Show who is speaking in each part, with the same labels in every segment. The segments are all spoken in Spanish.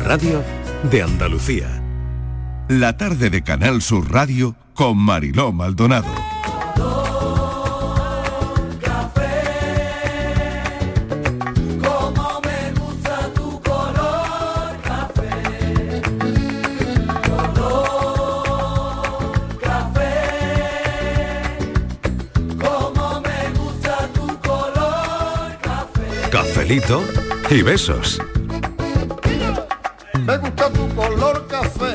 Speaker 1: Radio de Andalucía.
Speaker 2: La tarde de Canal Sur Radio con Mariló Maldonado.
Speaker 3: Como me gusta tu color café, color café. Como me gusta tu color café.
Speaker 1: Cafelito y besos.
Speaker 4: Me gusta tu color café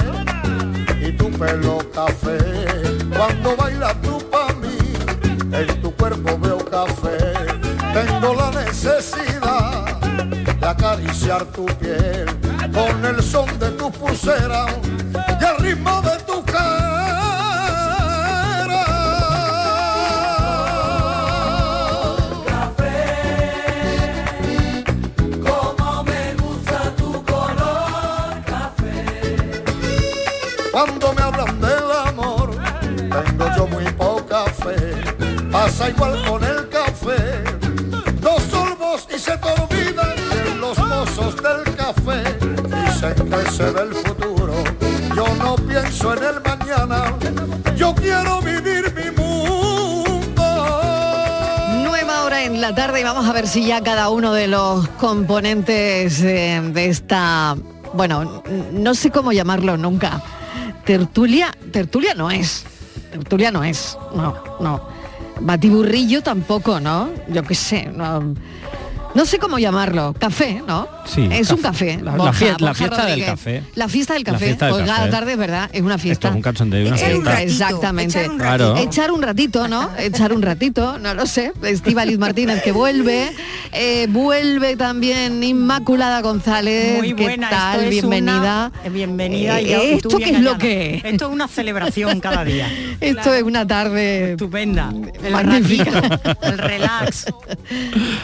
Speaker 4: y tu pelo café. Cuando bailas tú pa' mí, en tu cuerpo veo café. Tengo la necesidad de acariciar tu piel con el son de tu pulsera y el ritmo de tu
Speaker 3: Como me gusta tu color
Speaker 4: Cuando me hablan del amor, tengo yo muy poca fe. Pasa igual con el café. Dos sorbos y se te olvidan de los mozos del café. Dicen que se ve el futuro. Yo no pienso en el mañana. Yo quiero vivir mi mundo.
Speaker 5: Nueva hora en la tarde y vamos a ver si ya cada uno de los componentes eh, de esta, bueno, n- no sé cómo llamarlo nunca. Tertulia, tertulia no es. Tertulia no es. No, no. Batiburrillo tampoco, ¿no? Yo qué sé, no. no sé cómo llamarlo. Café, ¿no?
Speaker 6: Sí,
Speaker 5: Es un
Speaker 6: café.
Speaker 5: café.
Speaker 6: La- la fie- la fiesta del
Speaker 5: Rodríguez.
Speaker 6: café.
Speaker 5: La fiesta del
Speaker 6: La
Speaker 5: café.
Speaker 6: fiesta del
Speaker 5: Pues cada
Speaker 6: café.
Speaker 5: tarde es verdad, es una fiesta.
Speaker 6: Esto es un cachondeo y una
Speaker 5: Echar un
Speaker 6: fiesta.
Speaker 5: ratito, Exactamente.
Speaker 6: echar un ratito. Claro.
Speaker 5: Echar un ratito, ¿no? Echar un ratito, no lo sé. Estivaliz Martínez que vuelve. Eh, vuelve también Inmaculada González.
Speaker 7: Muy
Speaker 5: ¿Qué
Speaker 7: buena, esto
Speaker 5: tal?
Speaker 7: es
Speaker 5: Bienvenida.
Speaker 7: una- bienvenida. y ya-
Speaker 5: Eh,
Speaker 7: y tú
Speaker 5: ¿Esto qué
Speaker 7: bien
Speaker 5: es lo
Speaker 7: callada.
Speaker 5: que es?
Speaker 7: Esto es una celebración cada día.
Speaker 5: Esto es una tarde
Speaker 7: estupenda,
Speaker 5: magnífica.
Speaker 7: el relax.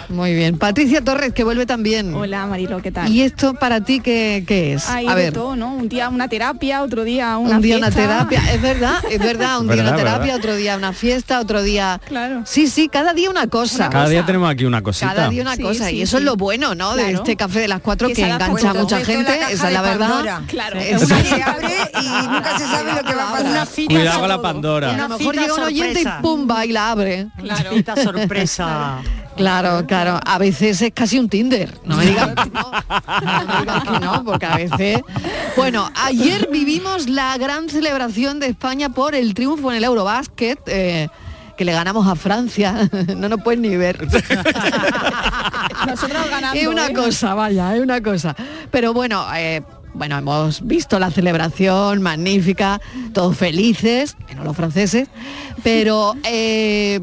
Speaker 5: Muy bien. Patricia Torres que vuelve también.
Speaker 8: Hola Marilo, ¿qué tal?
Speaker 5: ¿Y esto para ti qué, qué es?
Speaker 8: Hay
Speaker 5: A
Speaker 8: de
Speaker 5: ver.
Speaker 8: todo, ¿no? Un día una terapia, otro día una
Speaker 5: un día una
Speaker 8: fiesta.
Speaker 5: terapia, es verdad, es verdad, un día
Speaker 6: Verdad,
Speaker 5: una terapia,
Speaker 6: verdad.
Speaker 5: otro día una fiesta, otro día. Claro. Sí, sí, cada día una cosa.
Speaker 6: Cada día tenemos aquí una cosita.
Speaker 5: Cada día una
Speaker 8: Sí,
Speaker 5: cosa
Speaker 8: sí,
Speaker 5: y eso
Speaker 8: sí.
Speaker 5: es lo bueno, ¿no? De
Speaker 8: Claro.
Speaker 5: este café de las cuatro que,
Speaker 8: Que se adapta
Speaker 5: engancha a
Speaker 8: todo.
Speaker 5: mucha
Speaker 8: Esto es la
Speaker 5: gente,
Speaker 8: caja
Speaker 5: esa es
Speaker 8: de
Speaker 5: la verdad.
Speaker 8: Pandora. Claro.
Speaker 5: Es-
Speaker 8: Una
Speaker 9: se abre y nunca se sabe lo que va a pasar.
Speaker 7: Una cita
Speaker 6: Cuidado con la
Speaker 7: todo.
Speaker 6: Pandora.
Speaker 5: a
Speaker 7: Una
Speaker 5: lo mejor
Speaker 7: cita
Speaker 5: llega un oyente y
Speaker 7: sorpresa.
Speaker 5: pumba y la abre.
Speaker 7: Una cita sorpresa.
Speaker 5: Claro, claro. A veces es casi un Tinder. No me digas que no. No me digas que no, porque a veces. Bueno, ayer vivimos la gran celebración de España por el triunfo en el Eurobasket. eh, que le ganamos a Francia, no nos puedes ni ver.
Speaker 8: Nosotros ganando.
Speaker 5: es una
Speaker 8: ¿eh?
Speaker 5: cosa, vaya, es una cosa. Pero bueno, eh, bueno, hemos visto la celebración magnífica, todos felices, menos los franceses. Pero eh,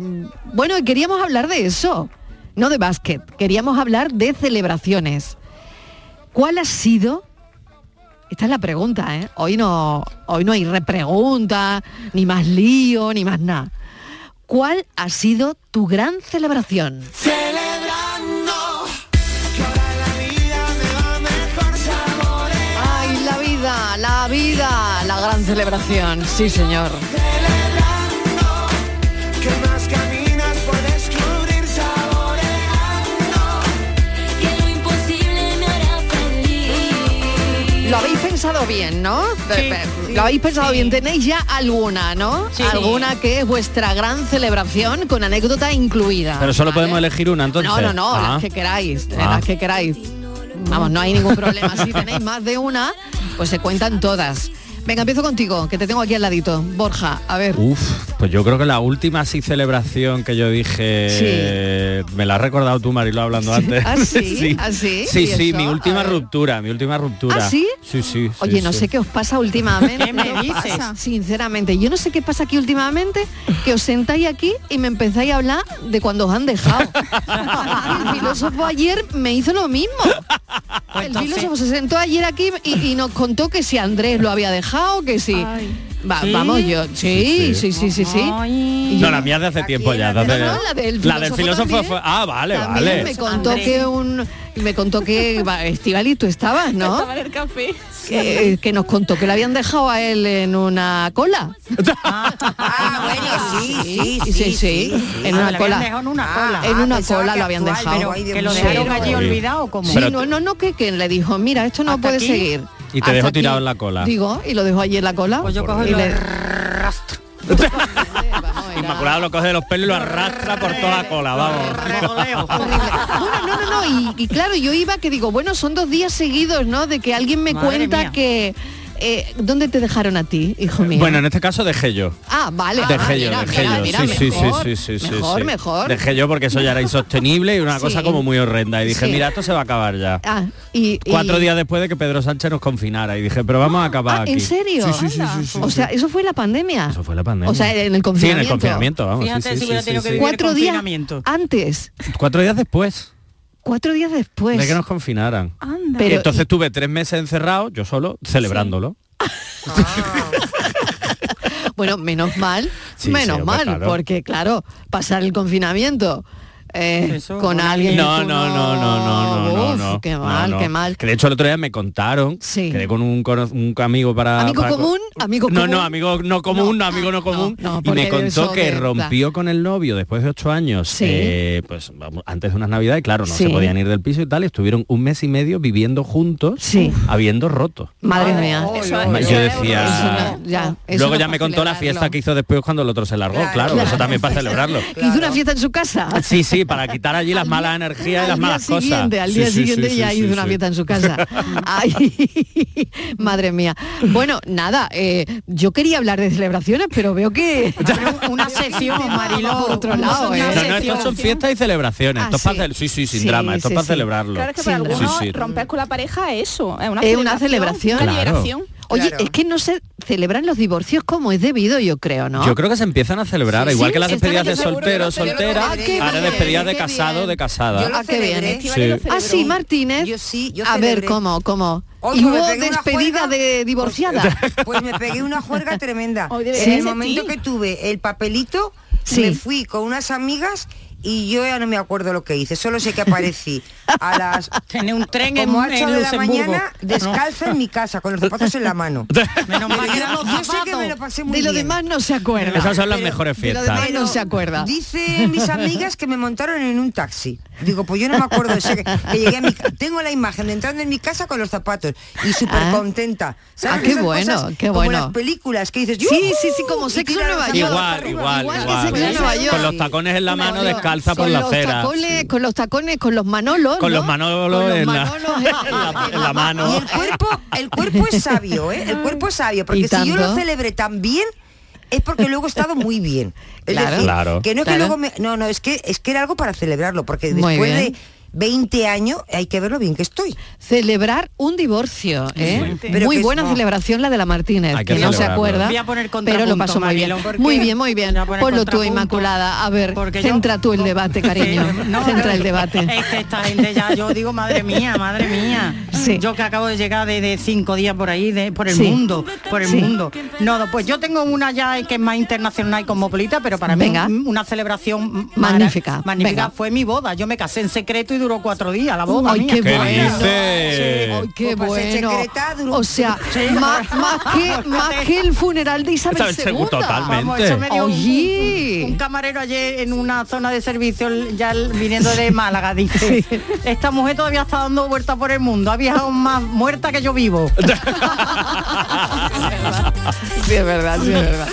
Speaker 5: bueno, y queríamos hablar de eso, no de básquet, queríamos hablar de celebraciones. ¿Cuál ha sido? Esta es la pregunta, ¿eh? Hoy no, hoy no hay repregunta, ni más lío, ni más nada. ¿Cuál ha sido tu gran celebración?
Speaker 3: Celebrando que ahora en la vida me va mejor sabores.
Speaker 5: Ay, la vida, la vida, la gran celebración, sí señor.
Speaker 3: Celebrando que más caminas por descubrir saboreando que lo imposible me hará feliz.
Speaker 5: Lo habéis pensado bien, ¿no? Pe- pe-
Speaker 7: sí,
Speaker 5: lo habéis pensado
Speaker 7: sí.
Speaker 5: bien, tenéis ya alguna, ¿no?
Speaker 7: Sí.
Speaker 5: Alguna que es vuestra gran celebración con anécdota incluida.
Speaker 6: Pero solo
Speaker 5: ¿vale?
Speaker 6: podemos elegir una entonces.
Speaker 5: No, no, no,
Speaker 6: Ah.
Speaker 5: las que queráis, eh,
Speaker 6: Ah.
Speaker 5: las que queráis. Vamos, no hay ningún problema. Si tenéis más de una, pues se cuentan todas. Venga, empiezo contigo, que te tengo aquí al ladito. Borja, a ver.
Speaker 6: Uf, pues yo creo que la última así celebración que yo dije, me la has recordado tú, Marilo, hablando antes.
Speaker 5: ¿Ah, sí? ¿Ah, sí?
Speaker 6: sí, sí,
Speaker 5: ¿Y eso?
Speaker 6: mi
Speaker 5: A
Speaker 6: última
Speaker 5: ver.
Speaker 6: ruptura, mi última ruptura.
Speaker 5: ¿Ah, sí?
Speaker 6: Sí, sí. sí,
Speaker 5: Oye, no
Speaker 6: sí.
Speaker 5: sé qué os pasa últimamente.
Speaker 7: ¿Qué me
Speaker 5: os
Speaker 7: dices?
Speaker 5: pasa, Sinceramente, yo no sé qué pasa aquí últimamente, que os sentáis aquí y me empezáis a hablar de cuando os han dejado. el filósofo ayer me hizo lo mismo. El
Speaker 7: entonces-
Speaker 5: filósofo se sentó ayer aquí y, y nos contó que si Andrés lo había dejado, que si...
Speaker 8: Ay.
Speaker 5: Va-
Speaker 7: ¿Sí?
Speaker 5: Vamos, yo... Sí, sí,
Speaker 6: Sí, sí.
Speaker 5: sí, sí, sí. Y yo-
Speaker 6: No, la mía es de hace tiempo ya.
Speaker 5: No,
Speaker 6: entonces-
Speaker 5: no, la del filósofo
Speaker 6: fue...
Speaker 5: también.
Speaker 6: Ah, vale,
Speaker 5: También
Speaker 6: vale.
Speaker 5: me contó
Speaker 7: Andrés.
Speaker 5: que un y me contó que Estivali tú estabas, ¿no?
Speaker 8: Estaba en el café.
Speaker 5: Que, que nos contó que le habían dejado a él en una cola.
Speaker 10: Ah, bueno, sí, sí, sí.
Speaker 5: sí, en
Speaker 7: Ah,
Speaker 5: una
Speaker 7: lo habían dejado
Speaker 5: cola. Ah,
Speaker 7: en una cola.
Speaker 5: En una
Speaker 10: pensaba
Speaker 5: cola
Speaker 10: que
Speaker 5: lo habían
Speaker 10: actual,
Speaker 5: dejado.
Speaker 10: pero ay, Dios
Speaker 7: que lo
Speaker 10: mío.
Speaker 7: dejaron allí
Speaker 6: Sí.
Speaker 7: olvidado como.
Speaker 5: Sí,
Speaker 6: Pero
Speaker 5: no,
Speaker 6: tú-
Speaker 5: no, no, que, que le dijo, mira, esto no
Speaker 7: ¿Hasta
Speaker 5: puede
Speaker 7: aquí?
Speaker 5: seguir.
Speaker 6: Y te
Speaker 5: Hasta
Speaker 6: dejó tirado en la cola.
Speaker 5: Digo, y lo dejó allí en la cola.
Speaker 7: Pues yo cojo
Speaker 5: y
Speaker 7: y lo
Speaker 5: le-
Speaker 7: arrastro.
Speaker 5: Vamos, era-
Speaker 6: Inmaculado lo coge de los pelos y lo arrastra por toda la cola, vamos.
Speaker 7: Revoleo.
Speaker 5: horrible. Bueno, no, no, no. Y, y claro, yo iba que digo, bueno, son dos días seguidos, ¿no? De que alguien me
Speaker 7: Madre
Speaker 5: cuenta
Speaker 7: mía.
Speaker 5: que. eh, ¿Dónde te dejaron a ti, hijo mío?
Speaker 6: Bueno, en este caso dejé yo.
Speaker 5: ah, vale. ah,
Speaker 6: Dejé yo,
Speaker 5: mira,
Speaker 6: dejé
Speaker 5: mira,
Speaker 6: yo.
Speaker 5: mira,
Speaker 6: sí, sí, sí,
Speaker 5: mejor,
Speaker 6: sí, sí, sí,
Speaker 5: Mejor,
Speaker 6: sí.
Speaker 5: mejor.
Speaker 6: Dejé yo porque eso ya era insostenible y una
Speaker 5: Sí.
Speaker 6: cosa como muy horrenda. Y dije,
Speaker 5: Sí.
Speaker 6: mira, esto se va a acabar ya.
Speaker 5: Ah, y, y-
Speaker 6: Cuatro días después de que Pedro Sánchez nos confinara. Y dije, pero vamos a acabar
Speaker 5: Ah,
Speaker 6: aquí.
Speaker 5: ¿en serio?
Speaker 6: Sí, sí, sí, sí, sí,
Speaker 5: o
Speaker 6: sí.
Speaker 5: sea, eso fue la pandemia.
Speaker 6: Eso fue la pandemia.
Speaker 5: O sea, en el
Speaker 6: Sí, en el
Speaker 5: confinamiento.
Speaker 6: confinamiento, vamos. sí,
Speaker 7: Fíjate
Speaker 6: sí,
Speaker 7: si
Speaker 6: sí,
Speaker 7: hubiera
Speaker 6: sí,
Speaker 7: tenido
Speaker 6: sí.
Speaker 7: que vivir el
Speaker 5: Cuatro días
Speaker 7: confinamiento.
Speaker 5: antes,
Speaker 6: Cuatro días después
Speaker 5: cuatro días después.
Speaker 6: de que nos confinaran.
Speaker 8: Anda.
Speaker 5: Pues Pero-
Speaker 6: y entonces tuve tres meses encerrado, yo solo, celebrándolo.
Speaker 5: Bueno, menos mal,
Speaker 6: Sí,
Speaker 5: menos
Speaker 6: sí, hombre,
Speaker 5: mal,
Speaker 6: claro.
Speaker 5: porque claro, pasar el confinamiento eh,
Speaker 7: Eso,
Speaker 5: con
Speaker 7: con
Speaker 5: alguien. que
Speaker 6: No,
Speaker 5: tú
Speaker 6: no, no, no, no, no,
Speaker 5: Uf,
Speaker 6: no.
Speaker 5: Qué
Speaker 6: no,
Speaker 5: mal,
Speaker 6: no.
Speaker 5: qué mal.
Speaker 6: Que de hecho el otro día me contaron,
Speaker 5: Sí.
Speaker 6: quedé con un, cono- un amigo para...
Speaker 5: Amigo
Speaker 6: Ah, para co-
Speaker 5: común, amigo
Speaker 6: No,
Speaker 5: común.
Speaker 6: no, amigo no común,
Speaker 5: No,
Speaker 6: no, amigo no común.
Speaker 5: no, no,
Speaker 6: y
Speaker 5: porque
Speaker 6: me contó
Speaker 5: eso
Speaker 6: que
Speaker 5: de-
Speaker 6: rompió con el novio después de ocho años,
Speaker 5: Sí.
Speaker 6: eh, pues vamos, antes de unas navidades, claro, no
Speaker 5: Sí.
Speaker 6: se podían ir del piso y tal, y estuvieron un mes y medio viviendo juntos,
Speaker 5: Sí.
Speaker 6: habiendo roto.
Speaker 5: Madre mía.
Speaker 10: Eso
Speaker 6: Ma-
Speaker 10: es-
Speaker 6: yo
Speaker 10: eso es
Speaker 6: decía-
Speaker 10: horroroso.
Speaker 5: Eso no, ya, eso
Speaker 6: Luego
Speaker 5: no
Speaker 6: ya
Speaker 5: pa'
Speaker 6: me contó la
Speaker 5: celebrarlo.
Speaker 6: fiesta que hizo después cuando el otro se largó,
Speaker 10: Claro,
Speaker 6: claro, eso también para celebrarlo.
Speaker 5: Que Hizo una fiesta en su casa.
Speaker 6: Sí, sí, para quitar allí las malas energías y las
Speaker 5: al día
Speaker 6: malas cosas.
Speaker 5: siguiente, Al
Speaker 6: Sí,
Speaker 5: día
Speaker 6: sí, sí,
Speaker 5: siguiente
Speaker 6: sí,
Speaker 5: ya
Speaker 6: sí,
Speaker 5: hizo
Speaker 6: sí.
Speaker 5: una fiesta en su casa. Ay, madre mía. Bueno, nada, eh, yo quería hablar de celebraciones, pero veo que...
Speaker 7: Abre Una sección, Mariló.
Speaker 5: Por otro lado, ¿eh?
Speaker 7: Una
Speaker 6: No, no,
Speaker 7: sección.
Speaker 6: estos son fiestas y celebraciones.
Speaker 5: Ah,
Speaker 6: esto es para
Speaker 5: sí.
Speaker 6: cele- sí, sí, sin
Speaker 5: Sí,
Speaker 6: drama. Esto
Speaker 5: sí,
Speaker 6: es para
Speaker 5: sí.
Speaker 6: celebrarlo.
Speaker 8: Claro que
Speaker 5: Sin
Speaker 8: para
Speaker 5: drama.
Speaker 8: algunos
Speaker 6: Sí, sí.
Speaker 8: romper con la pareja es eso, es una
Speaker 5: Es
Speaker 8: celebración,
Speaker 5: una celebración.
Speaker 8: una
Speaker 6: Claro.
Speaker 8: liberación.
Speaker 5: Oye,
Speaker 10: Claro.
Speaker 5: es que no se celebran los divorcios como es debido, yo creo, ¿no?
Speaker 6: Yo creo que se empiezan a celebrar,
Speaker 5: Sí,
Speaker 6: igual
Speaker 5: sí,
Speaker 6: que las
Speaker 5: están
Speaker 6: despedidas de
Speaker 5: yo seguro
Speaker 6: soltero,
Speaker 10: que lo
Speaker 6: soltera,
Speaker 5: celebraré. Ah, qué
Speaker 6: ahora
Speaker 5: bien,
Speaker 6: despedidas de
Speaker 5: qué
Speaker 6: casado,
Speaker 5: bien.
Speaker 6: de casada.
Speaker 10: Yo lo
Speaker 5: ¿A Ah, qué
Speaker 10: celebré.
Speaker 5: viene?
Speaker 10: Estíbaliz
Speaker 6: Sí.
Speaker 10: este lo celebró.
Speaker 5: Ah, sí, Martínez.
Speaker 10: Yo sí, yo
Speaker 5: A ver,
Speaker 10: celebré.
Speaker 5: ¿cómo, cómo?
Speaker 10: Hoy
Speaker 5: ¿Y
Speaker 10: me
Speaker 5: hubo
Speaker 10: pegué una
Speaker 5: despedida
Speaker 10: juerga.
Speaker 5: de divorciada?
Speaker 10: Pues me pegué una juerga tremenda.
Speaker 8: Hoy debe
Speaker 10: En el
Speaker 8: ser
Speaker 10: momento
Speaker 8: ti.
Speaker 10: que tuve el papelito,
Speaker 5: Sí.
Speaker 10: me fui con unas amigas y yo ya no me acuerdo lo que hice. Solo sé que aparecí a las
Speaker 7: Tiene un tren en,
Speaker 10: como 8
Speaker 7: en
Speaker 10: de la
Speaker 7: Luxemburgo.
Speaker 10: mañana descalza en mi casa con los zapatos en la mano.
Speaker 7: Menos mal que
Speaker 10: Yo-
Speaker 7: eran los
Speaker 10: yo sé que me lo
Speaker 7: zapatos.
Speaker 10: pasé muy
Speaker 5: De lo
Speaker 10: bien.
Speaker 5: demás no se acuerda.
Speaker 6: Esas son las mejores
Speaker 5: de lo
Speaker 6: fiestas.
Speaker 5: demás no se acuerda.
Speaker 10: Dicen mis amigas que me montaron en un taxi. Digo, pues yo no me acuerdo, sé que, que llegué a mi ca- Tengo la imagen de entrando en mi casa con los zapatos y súper
Speaker 5: Ah.
Speaker 10: contenta.
Speaker 5: Ah, qué
Speaker 10: Esas
Speaker 5: bueno,
Speaker 10: cosas
Speaker 5: qué
Speaker 10: Como
Speaker 5: bueno.
Speaker 10: las películas que dices,
Speaker 5: Sí, sí, sí,
Speaker 10: "Yujú",
Speaker 5: como
Speaker 10: y
Speaker 5: Sexo en
Speaker 10: tiras
Speaker 5: Nueva
Speaker 10: los
Speaker 5: York.
Speaker 10: zapatos
Speaker 6: Igual,
Speaker 10: para
Speaker 6: igual,
Speaker 10: arriba.
Speaker 5: Igual que
Speaker 6: igual.
Speaker 5: se queda en Nueva York.
Speaker 6: Con los tacones en la
Speaker 5: Con
Speaker 6: mano,
Speaker 5: los-
Speaker 6: descalza por
Speaker 5: con
Speaker 6: la
Speaker 5: los
Speaker 6: acera.
Speaker 5: Tacones, con los tacones, con los manolos.
Speaker 6: Con
Speaker 5: ¿no?
Speaker 6: los manolos
Speaker 5: Con los Ah,
Speaker 6: en la-
Speaker 5: manolos
Speaker 6: en la- en la mano.
Speaker 10: Y el cuerpo, el cuerpo es sabio, ¿eh? El cuerpo es sabio, porque si yo
Speaker 5: tanto?
Speaker 10: lo celebré tan bien es porque luego he estado muy bien. Es
Speaker 5: Claro.
Speaker 10: decir,
Speaker 6: Claro.
Speaker 10: que no es
Speaker 5: Claro.
Speaker 10: que luego me- no, no, es que es que era algo para celebrarlo, porque
Speaker 5: Muy
Speaker 10: después
Speaker 5: bien.
Speaker 10: de 20 años hay que ver lo bien que estoy.
Speaker 5: Celebrar un divorcio, ¿eh?
Speaker 10: fuerte.
Speaker 5: muy
Speaker 10: Pero que-
Speaker 5: buena
Speaker 10: no.
Speaker 5: celebración la de la Martínez,
Speaker 6: Hay
Speaker 5: que,
Speaker 6: que
Speaker 5: no se
Speaker 6: celebrarlo.
Speaker 5: acuerda,
Speaker 7: Voy a poner
Speaker 5: pero lo
Speaker 7: contrapunto,
Speaker 5: pasó muy bien.
Speaker 7: Mariló, porque-
Speaker 5: Muy bien, muy bien.
Speaker 7: Voy a poner
Speaker 5: Ponlo tú,
Speaker 7: contrapunto.
Speaker 5: Inmaculada. A ver,
Speaker 7: Porque yo-
Speaker 5: centra tú el debate, cariño.
Speaker 7: Sí, no,
Speaker 5: centra
Speaker 7: no, Eh,
Speaker 5: el debate.
Speaker 7: Es que esta gente ya, yo digo, madre mía, madre mía.
Speaker 5: Sí.
Speaker 7: Yo que acabo de llegar de, de cinco días por ahí, de, por el
Speaker 5: Sí.
Speaker 7: mundo, por el
Speaker 5: Sí.
Speaker 7: mundo. No, no, pues yo tengo una ya que es más internacional y cosmopolita, pero para
Speaker 5: Venga.
Speaker 7: mí un- una celebración mara-
Speaker 5: Magnífica,
Speaker 7: Magnífica
Speaker 5: venga.
Speaker 7: fue mi boda. Yo me casé en secreto y duró cuatro días la boda.
Speaker 5: Ay,
Speaker 7: mía.
Speaker 5: qué
Speaker 6: ¿Qué
Speaker 5: Bueno.
Speaker 6: dice?
Speaker 5: Ay, qué
Speaker 10: Pues pasé
Speaker 5: bueno.
Speaker 10: secreta, duró-
Speaker 5: O sea,
Speaker 7: Sí.
Speaker 5: más, más que, más que el funeral de Isabel,
Speaker 6: Isabel
Speaker 5: II.
Speaker 6: II, totalmente.
Speaker 7: Vamos, eso me dio un-
Speaker 5: Oye.
Speaker 7: un, un camarero ayer en una zona de servicio, el- ya el- viniendo de Málaga, dice, esta mujer todavía está dando vueltas por el mundo, ha viajado más muerta que yo vivo.
Speaker 5: Sí, es verdad, sí, es verdad.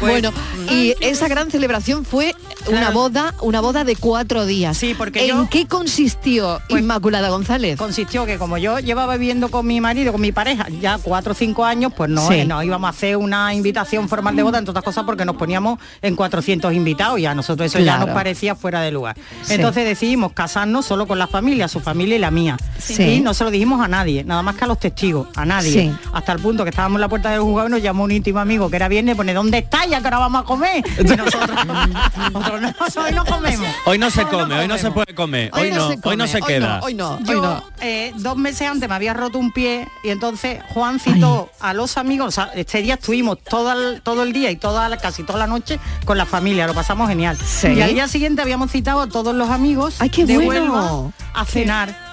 Speaker 7: Pues,
Speaker 5: bueno, y esa gran celebración fue una
Speaker 7: Claro.
Speaker 5: boda, una boda de cuatro días.
Speaker 7: Sí, porque
Speaker 5: ¿En
Speaker 7: yo-
Speaker 5: qué consistió
Speaker 7: Pues-
Speaker 5: Inmaculada González?
Speaker 7: Consistió que como yo llevaba viviendo con mi marido, con mi pareja, ya cuatro o cinco años, pues no,
Speaker 5: Sí.
Speaker 7: eh, no íbamos a hacer una invitación formal de boda, entre otras cosas porque nos poníamos en 400 invitados y a nosotros eso ya
Speaker 5: Claro.
Speaker 7: nos parecía fuera de lugar.
Speaker 5: Sí.
Speaker 7: Entonces decidimos casarnos solo con la familia, su familia y la mía.
Speaker 5: Sí.
Speaker 7: Y no se lo dijimos a nadie, nada más que a los testigos, a nadie.
Speaker 5: Sí.
Speaker 7: Hasta el punto que estábamos en la puerta del juzgado y nos llamó un íntimo amigo que era viernes, pone, ¿dónde está ya que ahora vamos a comer? Y nosotros, nosotros no, hoy no comemos.
Speaker 6: Hoy no se come, hoy no se
Speaker 7: comemos.
Speaker 6: puede comer, Eh, hoy no, hoy no se
Speaker 5: come,
Speaker 6: queda.
Speaker 5: Hoy no, hoy no.
Speaker 7: Yo
Speaker 5: hoy no.
Speaker 7: eh, dos meses antes me había roto un pie y entonces Juan citó a los amigos, o sea, este día estuvimos todo el, todo el día y toda la, casi toda la noche con la familia, lo pasamos genial.
Speaker 5: Sí.
Speaker 7: Y al día siguiente habíamos citado a todos los amigos
Speaker 5: Ay, qué
Speaker 7: de
Speaker 5: bueno.
Speaker 7: Huelva a cenar.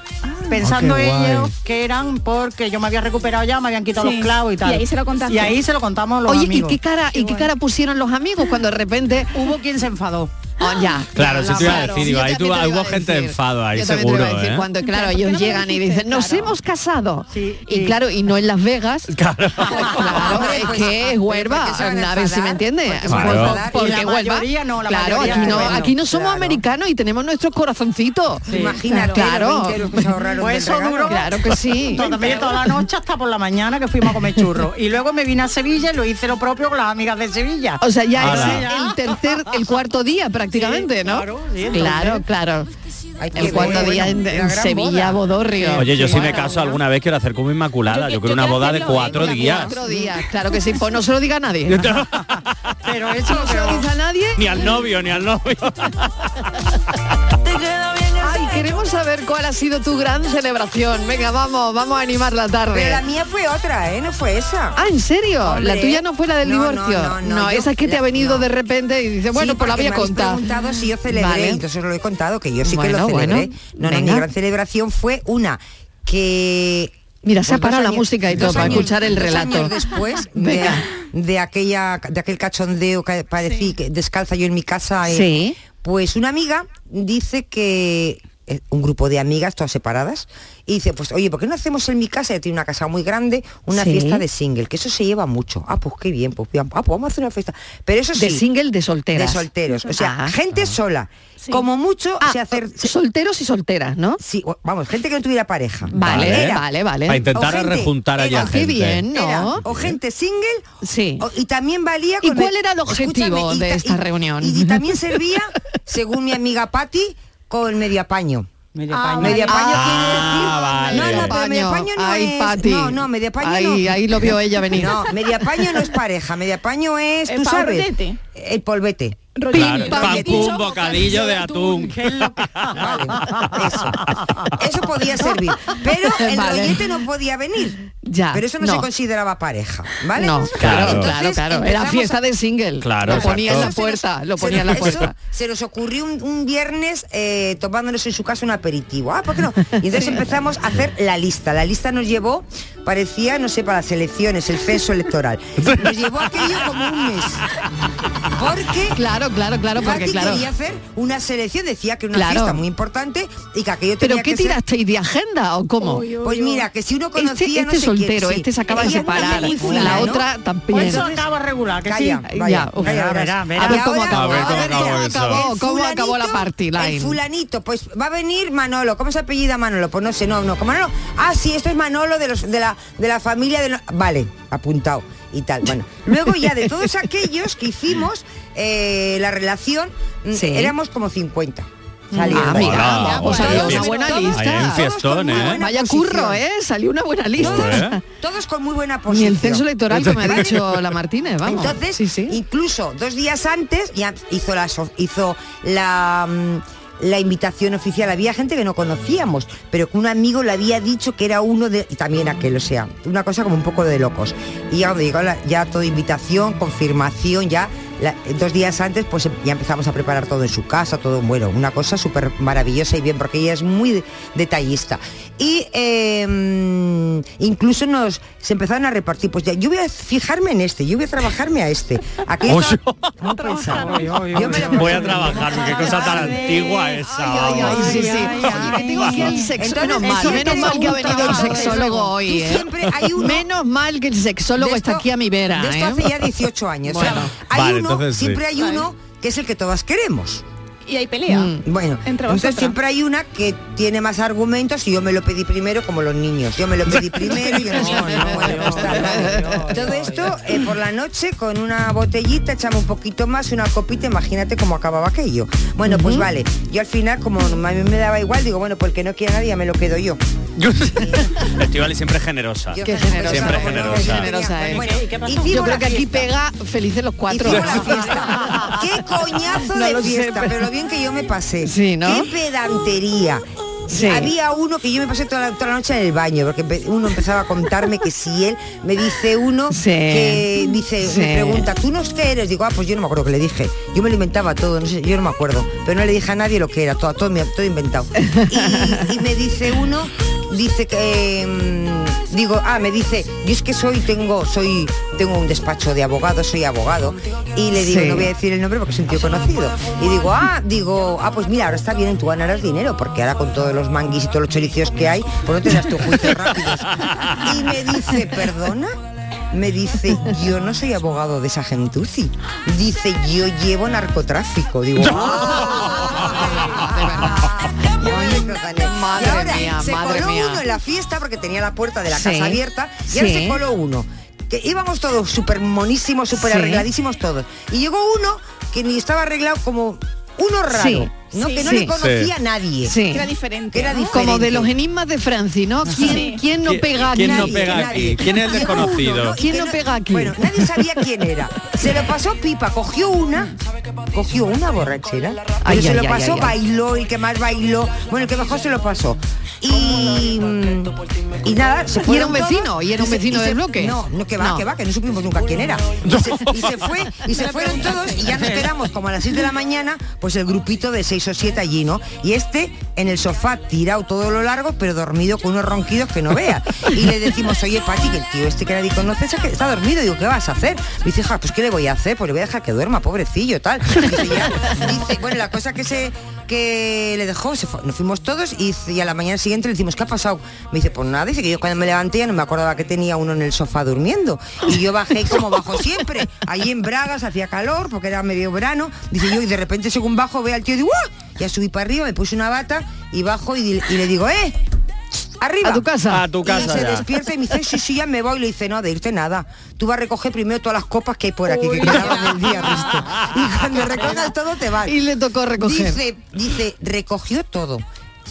Speaker 7: pensando
Speaker 6: Ah, qué guay.
Speaker 7: ellos que eran porque yo me había recuperado ya, me habían quitado
Speaker 8: Sí.
Speaker 7: los clavos y tal.
Speaker 8: Y ahí se lo contaste.
Speaker 7: Y ahí se lo contamos los
Speaker 5: Oye,
Speaker 7: amigos.
Speaker 5: ¿y qué cara, y qué cara pusieron los amigos cuando de repente
Speaker 7: Hubo quien se enfadó.
Speaker 5: Oh, ya.
Speaker 6: Claro, eso te iba a
Speaker 5: Claro.
Speaker 6: decir, digo,
Speaker 5: Yo
Speaker 6: ahí
Speaker 5: también
Speaker 6: tuvo-
Speaker 5: te lo iba
Speaker 6: hubo
Speaker 5: a
Speaker 6: gente
Speaker 5: decir.
Speaker 6: enfado ahí
Speaker 5: Yo también te lo iba a
Speaker 6: seguro,
Speaker 5: decir,
Speaker 6: ¿eh?
Speaker 5: cuando, claro,
Speaker 8: Claro,
Speaker 5: ellos
Speaker 8: ¿por qué no me
Speaker 5: llegan y
Speaker 8: dijiste?
Speaker 5: dicen, nos
Speaker 8: Claro.
Speaker 5: hemos casado.
Speaker 7: Sí,
Speaker 5: y
Speaker 7: y-
Speaker 5: claro, y no en Las Vegas.
Speaker 6: Claro.
Speaker 5: Pues claro,
Speaker 10: Hombre,
Speaker 5: es
Speaker 10: pues,
Speaker 5: que es
Speaker 10: pero
Speaker 5: Huelva,
Speaker 10: porque se van a
Speaker 5: a ver si me
Speaker 10: enfadar,
Speaker 5: entiende.
Speaker 10: porque
Speaker 6: se van a
Speaker 5: Por-
Speaker 6: enfadar.
Speaker 5: Porque
Speaker 7: Y la
Speaker 5: Huelva,
Speaker 7: mayoría no, la
Speaker 5: claro,
Speaker 7: mayoría
Speaker 5: aquí no,
Speaker 7: bueno,
Speaker 5: aquí no somos
Speaker 10: claro.
Speaker 5: americanos y tenemos nuestros corazoncitos.
Speaker 7: Sí.
Speaker 10: Imagínate
Speaker 5: Claro.
Speaker 10: los 20 euros que se ahorraron
Speaker 7: Pues
Speaker 10: del
Speaker 7: eso
Speaker 10: regalo.
Speaker 7: duró.
Speaker 5: Claro que sí.
Speaker 7: Toda, me llevé Pues toda la noche hasta por la mañana que fuimos a comer churros. Y luego me vine a Sevilla y lo hice lo propio con las amigas de Sevilla.
Speaker 5: O sea, ya
Speaker 6: Ala.
Speaker 5: es el tercer, el cuarto día prácticamente,
Speaker 7: Sí,
Speaker 5: ¿no?
Speaker 7: claro, sí, entonces.
Speaker 5: claro, claro.
Speaker 10: Ay, qué
Speaker 5: El cuarto
Speaker 10: bueno,
Speaker 5: día en,
Speaker 10: una
Speaker 5: en
Speaker 10: gran boda.
Speaker 5: Sevilla, Bodorrio.
Speaker 6: Oye, yo
Speaker 5: Sí,
Speaker 6: si me
Speaker 5: bueno.
Speaker 6: caso alguna vez quiero hacer como Inmaculada.
Speaker 8: Yo-
Speaker 6: Yo
Speaker 8: yo
Speaker 6: quiero una
Speaker 8: quiero
Speaker 6: boda de
Speaker 8: hacerlo, ¿eh?
Speaker 6: cuatro
Speaker 8: Una
Speaker 6: días.
Speaker 5: Cuatro días, claro que sí. Pues no se lo diga a nadie. No
Speaker 7: Pero eso
Speaker 5: se lo diga a nadie.
Speaker 6: Ni al novio, ni al novio.
Speaker 5: Ay, queremos saber cuál ha sido tu gran celebración. Venga, vamos, vamos a animar la
Speaker 10: Pero la
Speaker 5: tarde.
Speaker 10: mía fue otra, ¿eh? No fue esa.
Speaker 5: Ah, ¿en serio?
Speaker 10: Hombre.
Speaker 5: ¿La tuya no fue la del
Speaker 10: No, no,
Speaker 5: divorcio?
Speaker 10: no, no, yo-
Speaker 5: esa es que te ha
Speaker 10: la-
Speaker 5: venido
Speaker 10: no.
Speaker 5: de repente y dices, bueno,
Speaker 10: Sí,
Speaker 5: pues la
Speaker 10: porque
Speaker 5: voy a
Speaker 10: me habéis
Speaker 5: contar.
Speaker 10: preguntado si yo celebré,
Speaker 5: Vale.
Speaker 10: entonces lo he contado, que yo sí que
Speaker 5: Bueno,
Speaker 10: lo
Speaker 5: bueno.
Speaker 10: celebré. no, no, mi
Speaker 5: Venga.
Speaker 10: gran celebración fue una que...
Speaker 5: Mira, se
Speaker 10: pues
Speaker 5: ha parado
Speaker 10: dos
Speaker 5: la
Speaker 10: años-
Speaker 5: música y
Speaker 10: dos
Speaker 5: todo para
Speaker 10: años-
Speaker 5: escuchar el
Speaker 10: dos
Speaker 5: relato.
Speaker 10: años después de,
Speaker 5: Venga.
Speaker 10: de aquella, de aquel cachondeo que parecí que descalza yo en mi casa. eh,
Speaker 5: Sí.
Speaker 10: Pues una amiga dice que eh, un grupo de amigas, todas separadas, y dice, pues oye, ¿por qué no hacemos en mi casa? Ella tiene una casa muy grande, una
Speaker 5: Sí.
Speaker 10: fiesta de single, que eso se lleva mucho. Ah, pues qué bien, pues, bien. Ah, pues vamos a hacer una fiesta. Pero eso
Speaker 5: De
Speaker 10: sí,
Speaker 5: single de solteras.
Speaker 10: de solteros. O sea,
Speaker 5: Ajá.
Speaker 10: gente sola. Como mucho
Speaker 5: Ah,
Speaker 10: se hacer. se-
Speaker 5: solteros y solteras, ¿no?
Speaker 10: sí, o- vamos, gente que no tuviera pareja.
Speaker 5: Vale,
Speaker 10: Era-
Speaker 5: vale, vale.
Speaker 6: Para intentar
Speaker 10: O gente,
Speaker 6: rejuntar allá
Speaker 10: era-
Speaker 5: qué
Speaker 6: gente.
Speaker 5: bien,
Speaker 10: era
Speaker 5: ¿no?
Speaker 10: o gente single
Speaker 5: Sí.
Speaker 10: o- y también valía
Speaker 5: ¿Y
Speaker 10: con
Speaker 5: cuál era el objetivo
Speaker 10: Escúchame,
Speaker 5: de
Speaker 10: ta-
Speaker 5: esta reunión?
Speaker 10: y, y también servía según mi amiga Patti con medio apaño
Speaker 7: Medio
Speaker 8: Ah,
Speaker 7: paño.
Speaker 10: medio apaño
Speaker 6: Ah,
Speaker 10: quiere decir no no
Speaker 6: vale.
Speaker 10: pero medio apaño no
Speaker 5: Ay,
Speaker 10: es
Speaker 5: Pati.
Speaker 10: no no medio apaño
Speaker 5: Ahí-
Speaker 10: no.
Speaker 5: ahí lo vio ella venir.
Speaker 10: no medio apaño no es pareja medio apaño es
Speaker 8: El
Speaker 10: tú sabes
Speaker 8: paulete.
Speaker 10: el polvete
Speaker 8: Rollo
Speaker 6: Claro,
Speaker 8: de
Speaker 6: pam,
Speaker 8: bocadillo,
Speaker 6: pum, bocadillo de atún.
Speaker 7: Qué loca.
Speaker 10: Vale, eso. Eso podía servir. Pero el
Speaker 5: Vale.
Speaker 10: rollete no podía venir.
Speaker 5: Ya,
Speaker 10: Pero eso no,
Speaker 5: no.
Speaker 10: se consideraba pareja, ¿vale?
Speaker 5: No, claro,
Speaker 6: Claro.
Speaker 5: claro,
Speaker 10: Entonces,
Speaker 5: claro. Era
Speaker 10: empezamos
Speaker 5: fiesta
Speaker 10: a-
Speaker 5: de single.
Speaker 6: Claro,
Speaker 5: Lo ponía en la
Speaker 6: exacto.
Speaker 5: puerta, lo
Speaker 10: se
Speaker 5: ponía en la
Speaker 10: nos-
Speaker 5: puerta.
Speaker 10: eso se nos ocurrió un, un viernes eh, tomándonos en su casa un aperitivo. Ah, ¿por qué no? Y entonces empezamos a hacer la lista. La lista nos llevó, parecía, no sé, para las elecciones, el censo electoral. Nos llevó aquello como un mes. Porque
Speaker 5: Claro, claro, claro, porque
Speaker 10: Pati
Speaker 5: claro.
Speaker 10: quería hacer una selección, decía que era una
Speaker 5: Claro.
Speaker 10: fiesta muy importante y que aquello tenía
Speaker 5: ¿Pero qué
Speaker 10: que ser-
Speaker 5: tirasteis de agenda o cómo?
Speaker 8: Uy, uy.
Speaker 10: Pues mira, que si uno conocía
Speaker 5: Este,
Speaker 10: no
Speaker 5: este
Speaker 10: sé quién,
Speaker 5: soltero,
Speaker 10: sí.
Speaker 5: este se acaba de
Speaker 10: Ella es
Speaker 5: separar.
Speaker 10: muy fulana,
Speaker 5: la
Speaker 10: ¿no?
Speaker 5: otra
Speaker 7: Pues
Speaker 5: también.
Speaker 7: eso acaba regular, que
Speaker 10: Calla,
Speaker 7: sí.
Speaker 10: vaya,
Speaker 5: Ya, uf.
Speaker 10: calla, verás.
Speaker 7: Verá, verá.
Speaker 5: A ver cómo
Speaker 10: Ahora-
Speaker 5: acabó.
Speaker 6: A ver cómo
Speaker 5: a ver cómo
Speaker 6: acabó eso.
Speaker 5: acabó,
Speaker 10: El
Speaker 5: cómo acabó la
Speaker 10: fulanito-
Speaker 5: party
Speaker 10: El
Speaker 5: line.
Speaker 10: fulanito, pues va a venir Manolo. ¿Cómo se apellida Manolo? Pues no sé, no, no. ¿Cómo Manolo? Ah, sí, esto es Manolo de los de la de la familia de no- Vale, apuntado y tal. Bueno, luego ya de todos aquellos que hicimos eh, la relación, mm,
Speaker 5: Sí.
Speaker 10: éramos como 50.
Speaker 5: Ah,
Speaker 10: saliendo.
Speaker 5: mira,
Speaker 6: Hola,
Speaker 5: pues
Speaker 6: hola,
Speaker 5: había
Speaker 6: bien.
Speaker 5: una buena
Speaker 10: Todos-
Speaker 6: Ahí hay un
Speaker 5: lista.
Speaker 6: fiestón,
Speaker 10: muy
Speaker 6: ¿eh?
Speaker 10: buena-
Speaker 5: Vaya
Speaker 10: posición.
Speaker 5: curro, ¿eh? Salió una buena lista.
Speaker 6: Joder.
Speaker 10: Todos con muy buena
Speaker 5: Ni
Speaker 10: posición.
Speaker 5: el censo electoral, como ha
Speaker 10: Vale.
Speaker 5: dicho la Martínez, vamos.
Speaker 10: Entonces,
Speaker 5: sí, sí.
Speaker 10: incluso dos días antes ya hizo la so- hizo la mm, la invitación oficial había gente que no conocíamos, pero que un amigo le había dicho que era uno de y también aquel, o sea, una cosa como un poco de locos. Y ya cuando llegó la- ya toda invitación, confirmación, ya la- dos días antes pues em- ya empezamos a preparar todo en su casa, todo bueno, una cosa súper maravillosa y bien porque ella es muy de- detallista. Y eh, mm, incluso nos se empezaron a repartir, pues ya, yo voy a fijarme en este, yo voy a trabajarme a este. Aquí
Speaker 6: Oye.
Speaker 10: estaba- ¿Cómo pensaba?
Speaker 7: Oye, oye,
Speaker 10: Yo me
Speaker 7: oye.
Speaker 10: lo-
Speaker 6: Voy a trabajar, qué cosa tan
Speaker 7: Ay,
Speaker 6: antigua
Speaker 7: ay,
Speaker 6: esa.
Speaker 5: Ay, ay,
Speaker 6: vamos.
Speaker 5: sí, sí.
Speaker 7: Ay, ay,
Speaker 5: Oye, que tengo aquí al sexólogo.
Speaker 10: Entonces,
Speaker 5: Menos mal,
Speaker 10: eso
Speaker 5: menos
Speaker 10: te
Speaker 5: mal que ha venido el
Speaker 10: preguntaba,
Speaker 5: sexólogo
Speaker 10: desde
Speaker 5: hoy.
Speaker 10: luego.
Speaker 5: ¿eh?
Speaker 10: Tú siempre hay uno-
Speaker 5: Menos mal que el sexólogo
Speaker 10: De
Speaker 5: está
Speaker 10: esto-
Speaker 5: aquí a mi vera.
Speaker 10: De esto
Speaker 5: ¿eh?
Speaker 10: hace ya 18 años.
Speaker 5: Bueno.
Speaker 10: O sea, hay
Speaker 6: Vale,
Speaker 10: uno,
Speaker 6: entonces sí.
Speaker 10: siempre hay uno que es el que todas queremos.
Speaker 8: Y hay pelea.
Speaker 5: Mm.
Speaker 10: Bueno,
Speaker 8: Entre
Speaker 10: entonces
Speaker 8: vosotras.
Speaker 10: siempre hay una que tiene más argumentos y yo me lo pedí primero como los niños. Yo me lo pedí primero y yo no, no, bueno, pues está, vale. Todo esto eh, por la noche con una botellita, echamos un poquito más, una copita, imagínate cómo acababa aquello. Bueno, pues vale. Yo al final, como a mí me daba igual, digo, bueno, porque no quiera nadie, ya me lo quedo yo.
Speaker 6: Estivali siempre generosa.
Speaker 10: Yo
Speaker 5: Qué
Speaker 10: generosa,
Speaker 6: Siempre
Speaker 10: bueno,
Speaker 6: generosa.
Speaker 10: qué
Speaker 5: Generosa, ¿eh?
Speaker 10: Bueno,
Speaker 7: ¿Y qué- qué pasó?
Speaker 10: hicimos
Speaker 5: Yo creo
Speaker 10: la
Speaker 5: que aquí
Speaker 10: fiesta.
Speaker 5: pega felices los cuatro.
Speaker 10: Hicimos la fiesta. Qué coñazo
Speaker 5: No lo
Speaker 10: de
Speaker 5: sé,
Speaker 10: fiesta,
Speaker 5: pero-
Speaker 10: pero lo bien que yo me pasé.
Speaker 5: Sí, ¿no?
Speaker 10: Qué pedantería.
Speaker 5: Sí.
Speaker 10: Había uno que yo me pasé toda la, toda la noche en el baño, porque empe- uno empezaba a contarme que si él me dice uno
Speaker 5: Sí.
Speaker 10: que dice,
Speaker 5: Sí.
Speaker 10: me pregunta, ¿tú no qué eres? Digo, ah, pues yo no me acuerdo que le dije. Yo me lo inventaba todo, no sé, yo no me acuerdo. Pero no le dije a nadie lo que era, todo, todo, me- todo inventado. Y, y me dice uno dice que mm, digo, ah, me dice, yo es que soy, tengo, soy, tengo un despacho de abogado, soy abogado. Y le digo,
Speaker 5: Sí.
Speaker 10: no voy a decir el nombre porque es un tío conocido. Y digo, ah, digo, ah, pues mira, ahora está bien, tú ganarás dinero, porque ahora con todos los manguis y todos los choricios que hay, pues no tendrás tu juicio rápidos. Y me dice, perdona. Me dice, yo no soy abogado de esa gentuzi. Dice, yo llevo narcotráfico. Digo, "Ah,
Speaker 5: Madre
Speaker 10: y ahora
Speaker 5: mía,
Speaker 10: se
Speaker 5: madre
Speaker 10: coló
Speaker 5: mía.
Speaker 10: uno en la fiesta porque tenía la puerta de la
Speaker 5: Sí,
Speaker 10: casa abierta y ahora
Speaker 5: sí.
Speaker 10: se coló uno. Que íbamos todos súper monísimos, súper
Speaker 5: Sí.
Speaker 10: arregladísimos todos. Y llegó uno que ni estaba arreglado como uno raro.
Speaker 5: Sí,
Speaker 10: ¿no?
Speaker 8: sí,
Speaker 10: que no
Speaker 5: sí.
Speaker 10: le conocía a nadie.
Speaker 5: Sí.
Speaker 8: Era diferente.
Speaker 10: Era
Speaker 8: ¿no?
Speaker 10: dif-
Speaker 5: Como de
Speaker 10: diferente.
Speaker 5: los enigmas de Franci, ¿no? ¿Quién,
Speaker 8: Sí.
Speaker 5: quién no
Speaker 6: ¿Qui-
Speaker 5: pega
Speaker 6: quién
Speaker 5: aquí?
Speaker 6: no pega aquí? ¿Quién es el
Speaker 10: Llegó
Speaker 6: desconocido?
Speaker 10: uno, ¿no? Y
Speaker 5: ¿Quién
Speaker 10: que
Speaker 5: no pega aquí?
Speaker 10: Bueno, nadie sabía quién era. Se lo pasó pipa, cogió una, cogió una borrachera. pero
Speaker 5: Ay,
Speaker 10: se
Speaker 5: ay,
Speaker 10: lo
Speaker 5: ay,
Speaker 10: pasó,
Speaker 5: ay, ay.
Speaker 10: bailó, el que más bailó, bueno, el que mejor se lo pasó. Y, mm, y nada, se fue.
Speaker 5: un vecino, y era un vecino del bloque.
Speaker 10: No, no, que va,
Speaker 5: No.
Speaker 10: que va, que no supimos nunca quién era. Y se, y se fue, y se fueron todos y ya nos quedamos como a las 6 de la mañana, pues el grupito de 6 o 7 allí, ¿no? Y este en el sofá tirado todo lo largo, pero dormido con unos ronquidos que no vea. Y le decimos, oye, Pati, que el tío este que era de conoces que está dormido. Digo, ¿qué vas a hacer? Me dice, hija, pues ¿qué le voy a hacer? Pues le voy a dejar que duerma, pobrecillo, tal. Dice, ya. Dice, bueno, la cosa que se que le dejó, se fue- nos fuimos todos y, dice- y a la mañana siguiente le decimos, ¿qué ha pasado? Me dice, pues nada, dice que yo cuando me levanté ya no me acordaba que tenía uno en el sofá durmiendo. Y yo bajé como bajo siempre, allí en Bragas hacía calor porque era medio verano. Dice yo, y de repente según bajo veo al tío y digo, ¡ah! Ya subí para arriba, me puse una bata y bajo y, di- y le digo, ¡eh! Arriba.
Speaker 5: A tu casa.
Speaker 6: A tu
Speaker 10: Y se
Speaker 6: casa ya.
Speaker 10: despierta y me dice, sí, sí, ya me voy. Y le dice, no, de irte nada. Tú vas a recoger primero todas las copas que hay por aquí, que quedaban del día, visto. Y cuando recojas todo te vas.
Speaker 5: Y le tocó recoger.
Speaker 10: Dice, dice, recogió todo.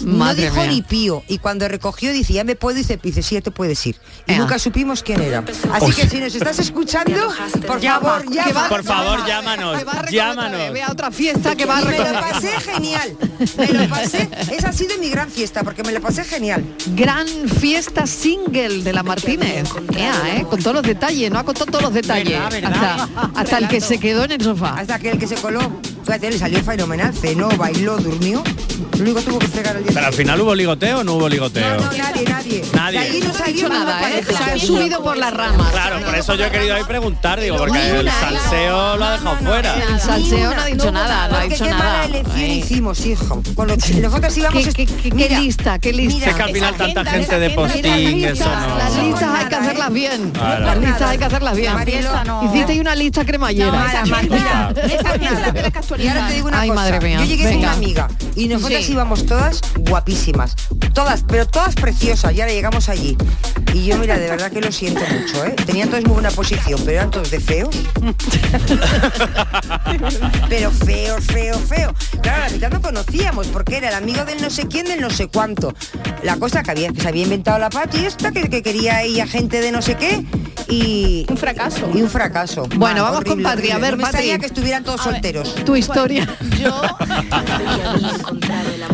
Speaker 5: Madre
Speaker 10: no dijo
Speaker 5: mía.
Speaker 10: ni pío. Y cuando recogió dice, ya me puedo, dice, dice, sí, ya te puedes ir. Y
Speaker 5: Ea.
Speaker 10: nunca supimos quién era. Así que si nos estás escuchando, por favor,
Speaker 5: Que va-
Speaker 10: llama.
Speaker 6: Por favor,
Speaker 5: que
Speaker 6: llámanos,
Speaker 5: va a recoger-
Speaker 6: llámanos.
Speaker 5: Ve a otra fiesta que va a
Speaker 10: Y me lo
Speaker 5: recoger.
Speaker 10: pasé genial. Me lo pasé. Esa ha sido mi gran fiesta, porque me lo pasé genial.
Speaker 5: Gran fiesta single de la Martínez. Ea, ¿eh? Con todos los detalles, no ha contado todos los detalles.
Speaker 7: Verdad, verdad.
Speaker 5: Hasta, hasta el que se quedó en el sofá.
Speaker 10: Hasta que el que se coló, fíjate, le salió fenomenal, cenó, bailó, durmió. Lo único que tuvo que fregar al día.
Speaker 6: Pero al final hubo ligoteo o no hubo ligoteo.
Speaker 10: No, no, nadie, nadie.
Speaker 6: Nadie.
Speaker 10: De allí no
Speaker 5: No ha
Speaker 10: salió
Speaker 5: dicho nada, ¿eh?
Speaker 10: pareja.
Speaker 5: Se ha subido por las ramas.
Speaker 6: Claro, por eso yo he querido ahí preguntar, digo, porque el salseo lo ha dejado fuera.
Speaker 5: El salseo no ha dicho nada, no ha
Speaker 10: Porque
Speaker 5: dicho
Speaker 10: qué mala
Speaker 5: nada.
Speaker 10: elección
Speaker 5: Ay.
Speaker 10: hicimos, hijo. Con los, nosotros íbamos...
Speaker 5: Qué- qué- qué- qué lista, qué lista.
Speaker 6: Es que al final
Speaker 8: Esa
Speaker 6: tanta
Speaker 8: agenda,
Speaker 6: gente
Speaker 8: esa
Speaker 6: Este de
Speaker 8: agenda,
Speaker 5: Mira,
Speaker 6: postín,
Speaker 5: las
Speaker 6: eso
Speaker 5: listas, las
Speaker 6: no.
Speaker 5: listas hay que
Speaker 10: Nada, ¿eh?
Speaker 5: hacerlas bien.
Speaker 6: Claro.
Speaker 5: Las listas hay que hacerlas bien.
Speaker 7: Mariela, no.
Speaker 5: Hiciste ahí una lista cremallera.
Speaker 10: Mala, mira,
Speaker 8: Esa
Speaker 10: esa
Speaker 8: gente
Speaker 10: nada.
Speaker 8: la tienes que
Speaker 10: Y ahora te digo una
Speaker 5: Ay,
Speaker 10: cosa.
Speaker 5: madre mía.
Speaker 10: Yo llegué con
Speaker 5: Venga.
Speaker 10: una amiga y nosotras
Speaker 5: Sí.
Speaker 10: íbamos todas guapísimas. Todas, pero todas preciosas. Y ahora llegamos allí. Y yo, mira, de verdad que lo siento mucho, ¿eh? Tenían todos muy buena posición, pero eran todos de feos. pero feo, feo, feo. Claro, la mitad no conocíamos porque era el amigo del no sé quién, del no sé cuánto. La cosa que había, que se había inventado la Pati esta, que, que quería ella gente de no sé qué y...
Speaker 8: Un fracaso.
Speaker 10: Y un fracaso.
Speaker 5: Bueno, vamos con Patri. A ver,
Speaker 10: no me
Speaker 5: Patri.
Speaker 10: extraña que estuvieran todos
Speaker 8: A ver.
Speaker 10: solteros.
Speaker 5: Tu historia.
Speaker 8: Yo.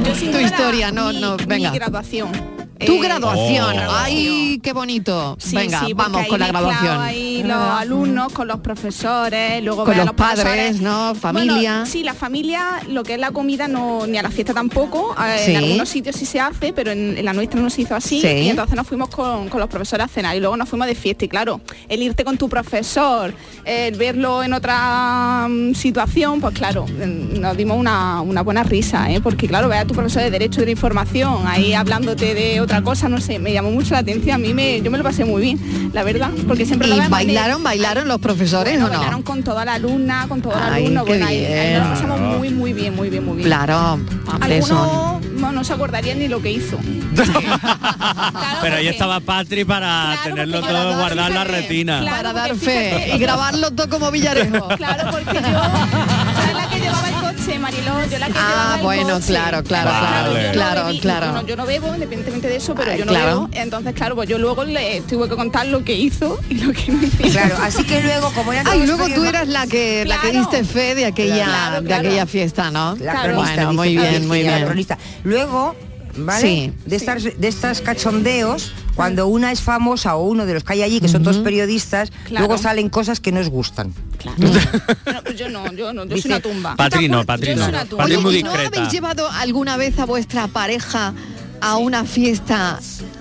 Speaker 8: Yo sin
Speaker 5: Tu
Speaker 8: duda,
Speaker 5: historia, no,
Speaker 8: mi-
Speaker 5: no, venga.
Speaker 8: Mi graduación.
Speaker 5: Tu
Speaker 8: Eh,
Speaker 5: graduación.
Speaker 6: Oh.
Speaker 5: Ay, qué bonito.
Speaker 8: Sí,
Speaker 5: Venga,
Speaker 8: sí, porque
Speaker 5: vamos
Speaker 8: ahí
Speaker 5: con la
Speaker 8: mezclado
Speaker 5: graduación.
Speaker 8: Ahí los alumnos con los profesores, luego
Speaker 5: Con
Speaker 8: ver a
Speaker 5: los padres,
Speaker 8: profesores.
Speaker 5: ¿no? Familia.
Speaker 8: Bueno, sí, la familia, lo que es la comida no ni a la fiesta tampoco. Eh,
Speaker 5: Sí.
Speaker 8: En algunos sitios sí se hace, pero en, en la nuestra no se hizo así.
Speaker 5: Sí.
Speaker 8: Y entonces nos fuimos con, con los profesores a cenar y luego nos fuimos de fiesta. Y claro, el irte con tu profesor, el verlo en otra mm, situación, pues claro, mm, nos dimos una, una buena risa, ¿eh? porque claro, ver a tu profesor de Derecho de la Información ahí hablándote de otra cosa, no sé, me llamó mucho la atención. A mí me, yo me lo pasé muy bien, la verdad, porque siempre lo
Speaker 5: ¿Y
Speaker 8: vemos de-
Speaker 5: bailaron, bailaron los profesores
Speaker 8: bueno,
Speaker 5: o no?
Speaker 8: bailaron con toda la alumna, con todo el
Speaker 5: Ay,
Speaker 8: alumno.
Speaker 5: qué
Speaker 8: Bueno, ahí- ahí
Speaker 5: bien.
Speaker 8: nos lo pasamos muy, muy bien, muy bien, muy bien.
Speaker 5: Claro, hombre, son-
Speaker 8: Alguno no, no se acordaría ni lo que hizo. Claro,
Speaker 6: Pero ahí
Speaker 8: porque-
Speaker 6: estaba Patri para
Speaker 8: Claro,
Speaker 6: tenerlo
Speaker 8: porque para
Speaker 6: todo,
Speaker 8: dar-
Speaker 6: guardar la
Speaker 8: fíjate,
Speaker 6: retina.
Speaker 8: claro.
Speaker 5: Para
Speaker 8: porque
Speaker 5: dar fe
Speaker 8: fíjate-
Speaker 5: y grabarlo todo como Villarejo.
Speaker 8: Claro, porque yo, yo era la que llevaba el coche, Mariló, yo la que
Speaker 5: Ah,
Speaker 8: llevaba el
Speaker 5: bueno,
Speaker 8: coche.
Speaker 5: claro, claro,
Speaker 6: Vale.
Speaker 8: yo
Speaker 5: claro,
Speaker 8: no bebí-
Speaker 5: claro.
Speaker 8: Yo no, yo no bebo, independientemente de eso, pero
Speaker 5: Ay,
Speaker 8: yo no
Speaker 5: claro.
Speaker 8: bebo. Entonces, claro, pues yo luego le tuve que contar lo que hizo y lo que no hizo.
Speaker 10: Claro, así que luego, como eran
Speaker 5: Ay,
Speaker 10: todos
Speaker 5: luego tú
Speaker 10: novios,
Speaker 5: eras la que la que
Speaker 8: Claro.
Speaker 5: diste fe de aquella
Speaker 8: Claro,
Speaker 5: de
Speaker 8: claro.
Speaker 5: aquella fiesta, ¿no?
Speaker 10: La
Speaker 8: Claro.
Speaker 10: cronista,
Speaker 5: Bueno,
Speaker 10: dice
Speaker 5: muy
Speaker 10: Patricia,
Speaker 5: bien, muy
Speaker 10: la
Speaker 5: bien.
Speaker 10: cronista. Luego, ¿vale?
Speaker 5: Sí.
Speaker 10: De estas de estas cachondeos, cuando una es famosa o uno de los que hay allí, que son dos periodistas,
Speaker 8: Claro.
Speaker 10: luego salen cosas que nos gustan.
Speaker 8: No, pues yo no, yo no, yo soy una tumba.
Speaker 6: Patri no, Patri
Speaker 8: Yo
Speaker 6: no.
Speaker 8: soy una tumba.
Speaker 6: Patri es
Speaker 5: Oye,
Speaker 6: muy
Speaker 5: ¿y no
Speaker 6: discreta.
Speaker 5: habéis llevado alguna vez a vuestra pareja a una fiesta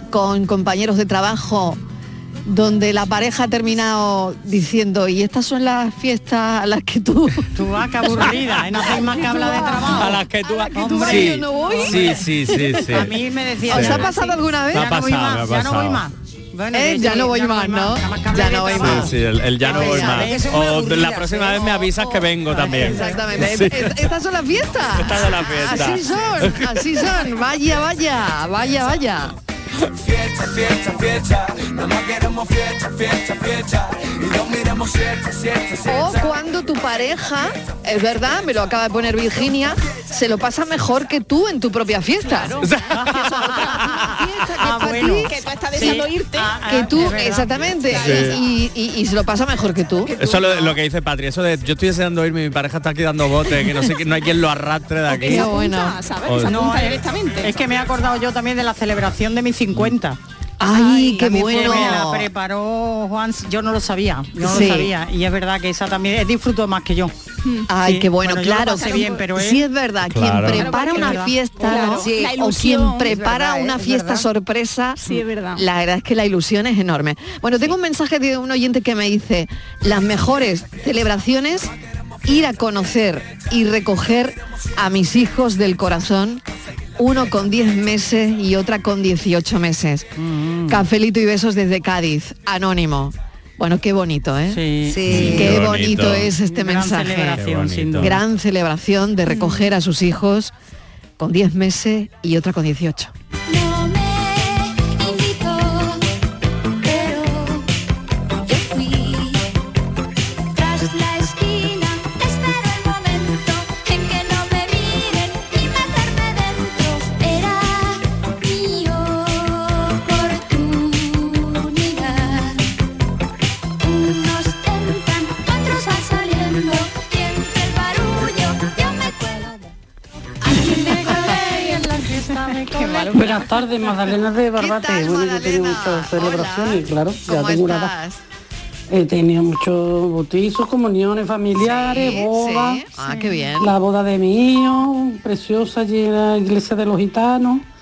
Speaker 5: con compañeros de trabajo donde la pareja ha terminado diciendo, y estas son las fiestas a las que tú...
Speaker 7: Tú vas que aburrida, ¿eh? no hacéis más que hablar de trabajo.
Speaker 6: A las que tú,
Speaker 5: tú vas y yo no voy.
Speaker 6: Sí, sí, sí, sí.
Speaker 7: A mí me decía...
Speaker 5: ¿Os ha pasado alguna vez?
Speaker 6: Me
Speaker 7: Ya
Speaker 6: ha
Speaker 7: no voy
Speaker 6: pasado,
Speaker 7: más,
Speaker 6: me
Speaker 7: ya
Speaker 6: ha
Speaker 7: no voy
Speaker 6: pasado.
Speaker 7: más. Bueno,
Speaker 5: Eh,
Speaker 7: yo-
Speaker 5: ya
Speaker 7: yo-
Speaker 5: no voy más, ¿no?
Speaker 7: nada más que
Speaker 5: Ya
Speaker 7: hablar de
Speaker 5: no voy
Speaker 7: trabajo.
Speaker 5: más.
Speaker 6: Sí, el, el ya no
Speaker 10: Qué
Speaker 6: voy
Speaker 10: pesada,
Speaker 6: más.
Speaker 10: que son
Speaker 6: O
Speaker 10: aburridas,
Speaker 6: la próxima vez me avisas que vengo también.
Speaker 5: Exactamente.
Speaker 6: Sí.
Speaker 5: Es- Estas son las fiestas.
Speaker 6: Estas son las fiestas.
Speaker 5: Así son, así son. Vaya, vaya, vaya, vaya.
Speaker 11: Fiesta, fiesta, fiesta. Nada más queremos fiesta, fiesta, fiesta. Y nos miramos siesta, siesta,
Speaker 5: O
Speaker 11: siesta.
Speaker 5: cuando tu pareja, es verdad, me lo acaba de poner Virginia, se lo pasa mejor que tú en tu propia fiesta.
Speaker 7: Ah,
Speaker 8: para
Speaker 7: bueno.
Speaker 8: ti, que tú estás deseando
Speaker 7: Sí.
Speaker 8: irte.
Speaker 7: Ah, ah,
Speaker 5: Que tú,
Speaker 7: es verdad.
Speaker 5: exactamente,
Speaker 6: Sí.
Speaker 5: y, y- y se lo pasa mejor que tú.
Speaker 6: Eso es lo, lo que dice Patri, eso de yo estoy deseando irme, mi pareja está aquí dando bote, que no sé, que no hay quien lo arrastre de aquí.
Speaker 5: Qué
Speaker 8: Se apunta,
Speaker 5: bueno.
Speaker 8: ¿sabes?
Speaker 6: Hoy.
Speaker 8: Se apunta
Speaker 7: No, es-
Speaker 8: directamente.
Speaker 7: Es que me he acordado yo también de la celebración de mis 50.
Speaker 5: Ay, qué
Speaker 7: También fue-
Speaker 5: bueno.
Speaker 7: Me la preparó Juan, yo no lo sabía, yo no
Speaker 5: Sí.
Speaker 7: lo sabía. Y es verdad que esa también él disfrutó más que yo.
Speaker 5: Ay,
Speaker 7: Sí,
Speaker 5: qué bueno,
Speaker 7: bueno, yo lo
Speaker 5: claro.
Speaker 7: pasé bien, pero él-
Speaker 5: sí es verdad,
Speaker 6: Claro.
Speaker 5: quien prepara
Speaker 8: Claro,
Speaker 5: una
Speaker 7: porque-
Speaker 5: fiesta
Speaker 8: Claro,
Speaker 5: sí,
Speaker 8: la
Speaker 5: o
Speaker 8: ilusión,
Speaker 5: quien
Speaker 8: es
Speaker 5: prepara
Speaker 10: verdad, ¿eh?
Speaker 5: una
Speaker 10: Es
Speaker 5: fiesta
Speaker 10: verdad.
Speaker 5: sorpresa,
Speaker 8: Sí, es verdad.
Speaker 5: La verdad es que la ilusión es enorme. Bueno, tengo un mensaje de un oyente que me dice, las mejores celebraciones ir a conocer y recoger a mis hijos del corazón, uno con 10 meses y otra con 18 meses.
Speaker 7: Mm.
Speaker 5: Cafelito y besos desde Cádiz, anónimo. Bueno, qué bonito, ¿eh?
Speaker 7: Sí.
Speaker 10: Sí.
Speaker 5: Qué
Speaker 6: Qué
Speaker 5: bonito,
Speaker 6: bonito.
Speaker 5: es este
Speaker 7: Gran
Speaker 5: mensaje.
Speaker 6: Qué
Speaker 7: Celebración,
Speaker 6: bonito.
Speaker 7: sin duda.
Speaker 5: Gran celebración de recoger a sus hijos con 10 meses y otra con 18.
Speaker 3: No me invitó, pero yo fui. Tras la esquina espero el momento en que no me miren y meterme dentro. Era mi oportunidad. Unos entran, otros van saliendo y entre el barullo yo me cuelo de... Alguien me colé y en la fiesta me colé.
Speaker 12: Buenas tardes, Magdalena de Barbate.
Speaker 5: tal,
Speaker 12: bueno, yo he tenido
Speaker 5: Magdalena?
Speaker 12: muchas celebraciones,
Speaker 5: Hola.
Speaker 12: claro, ya
Speaker 5: ¿Cómo
Speaker 12: tengo una edad.
Speaker 5: estás?
Speaker 12: He tenido muchos Eh, bautizos, comuniones familiares,
Speaker 5: Sí,
Speaker 12: bodas.
Speaker 5: sí. Ah, qué bien.
Speaker 12: La boda de mi hijo, preciosa allí en la iglesia de los gitanos.
Speaker 5: Qué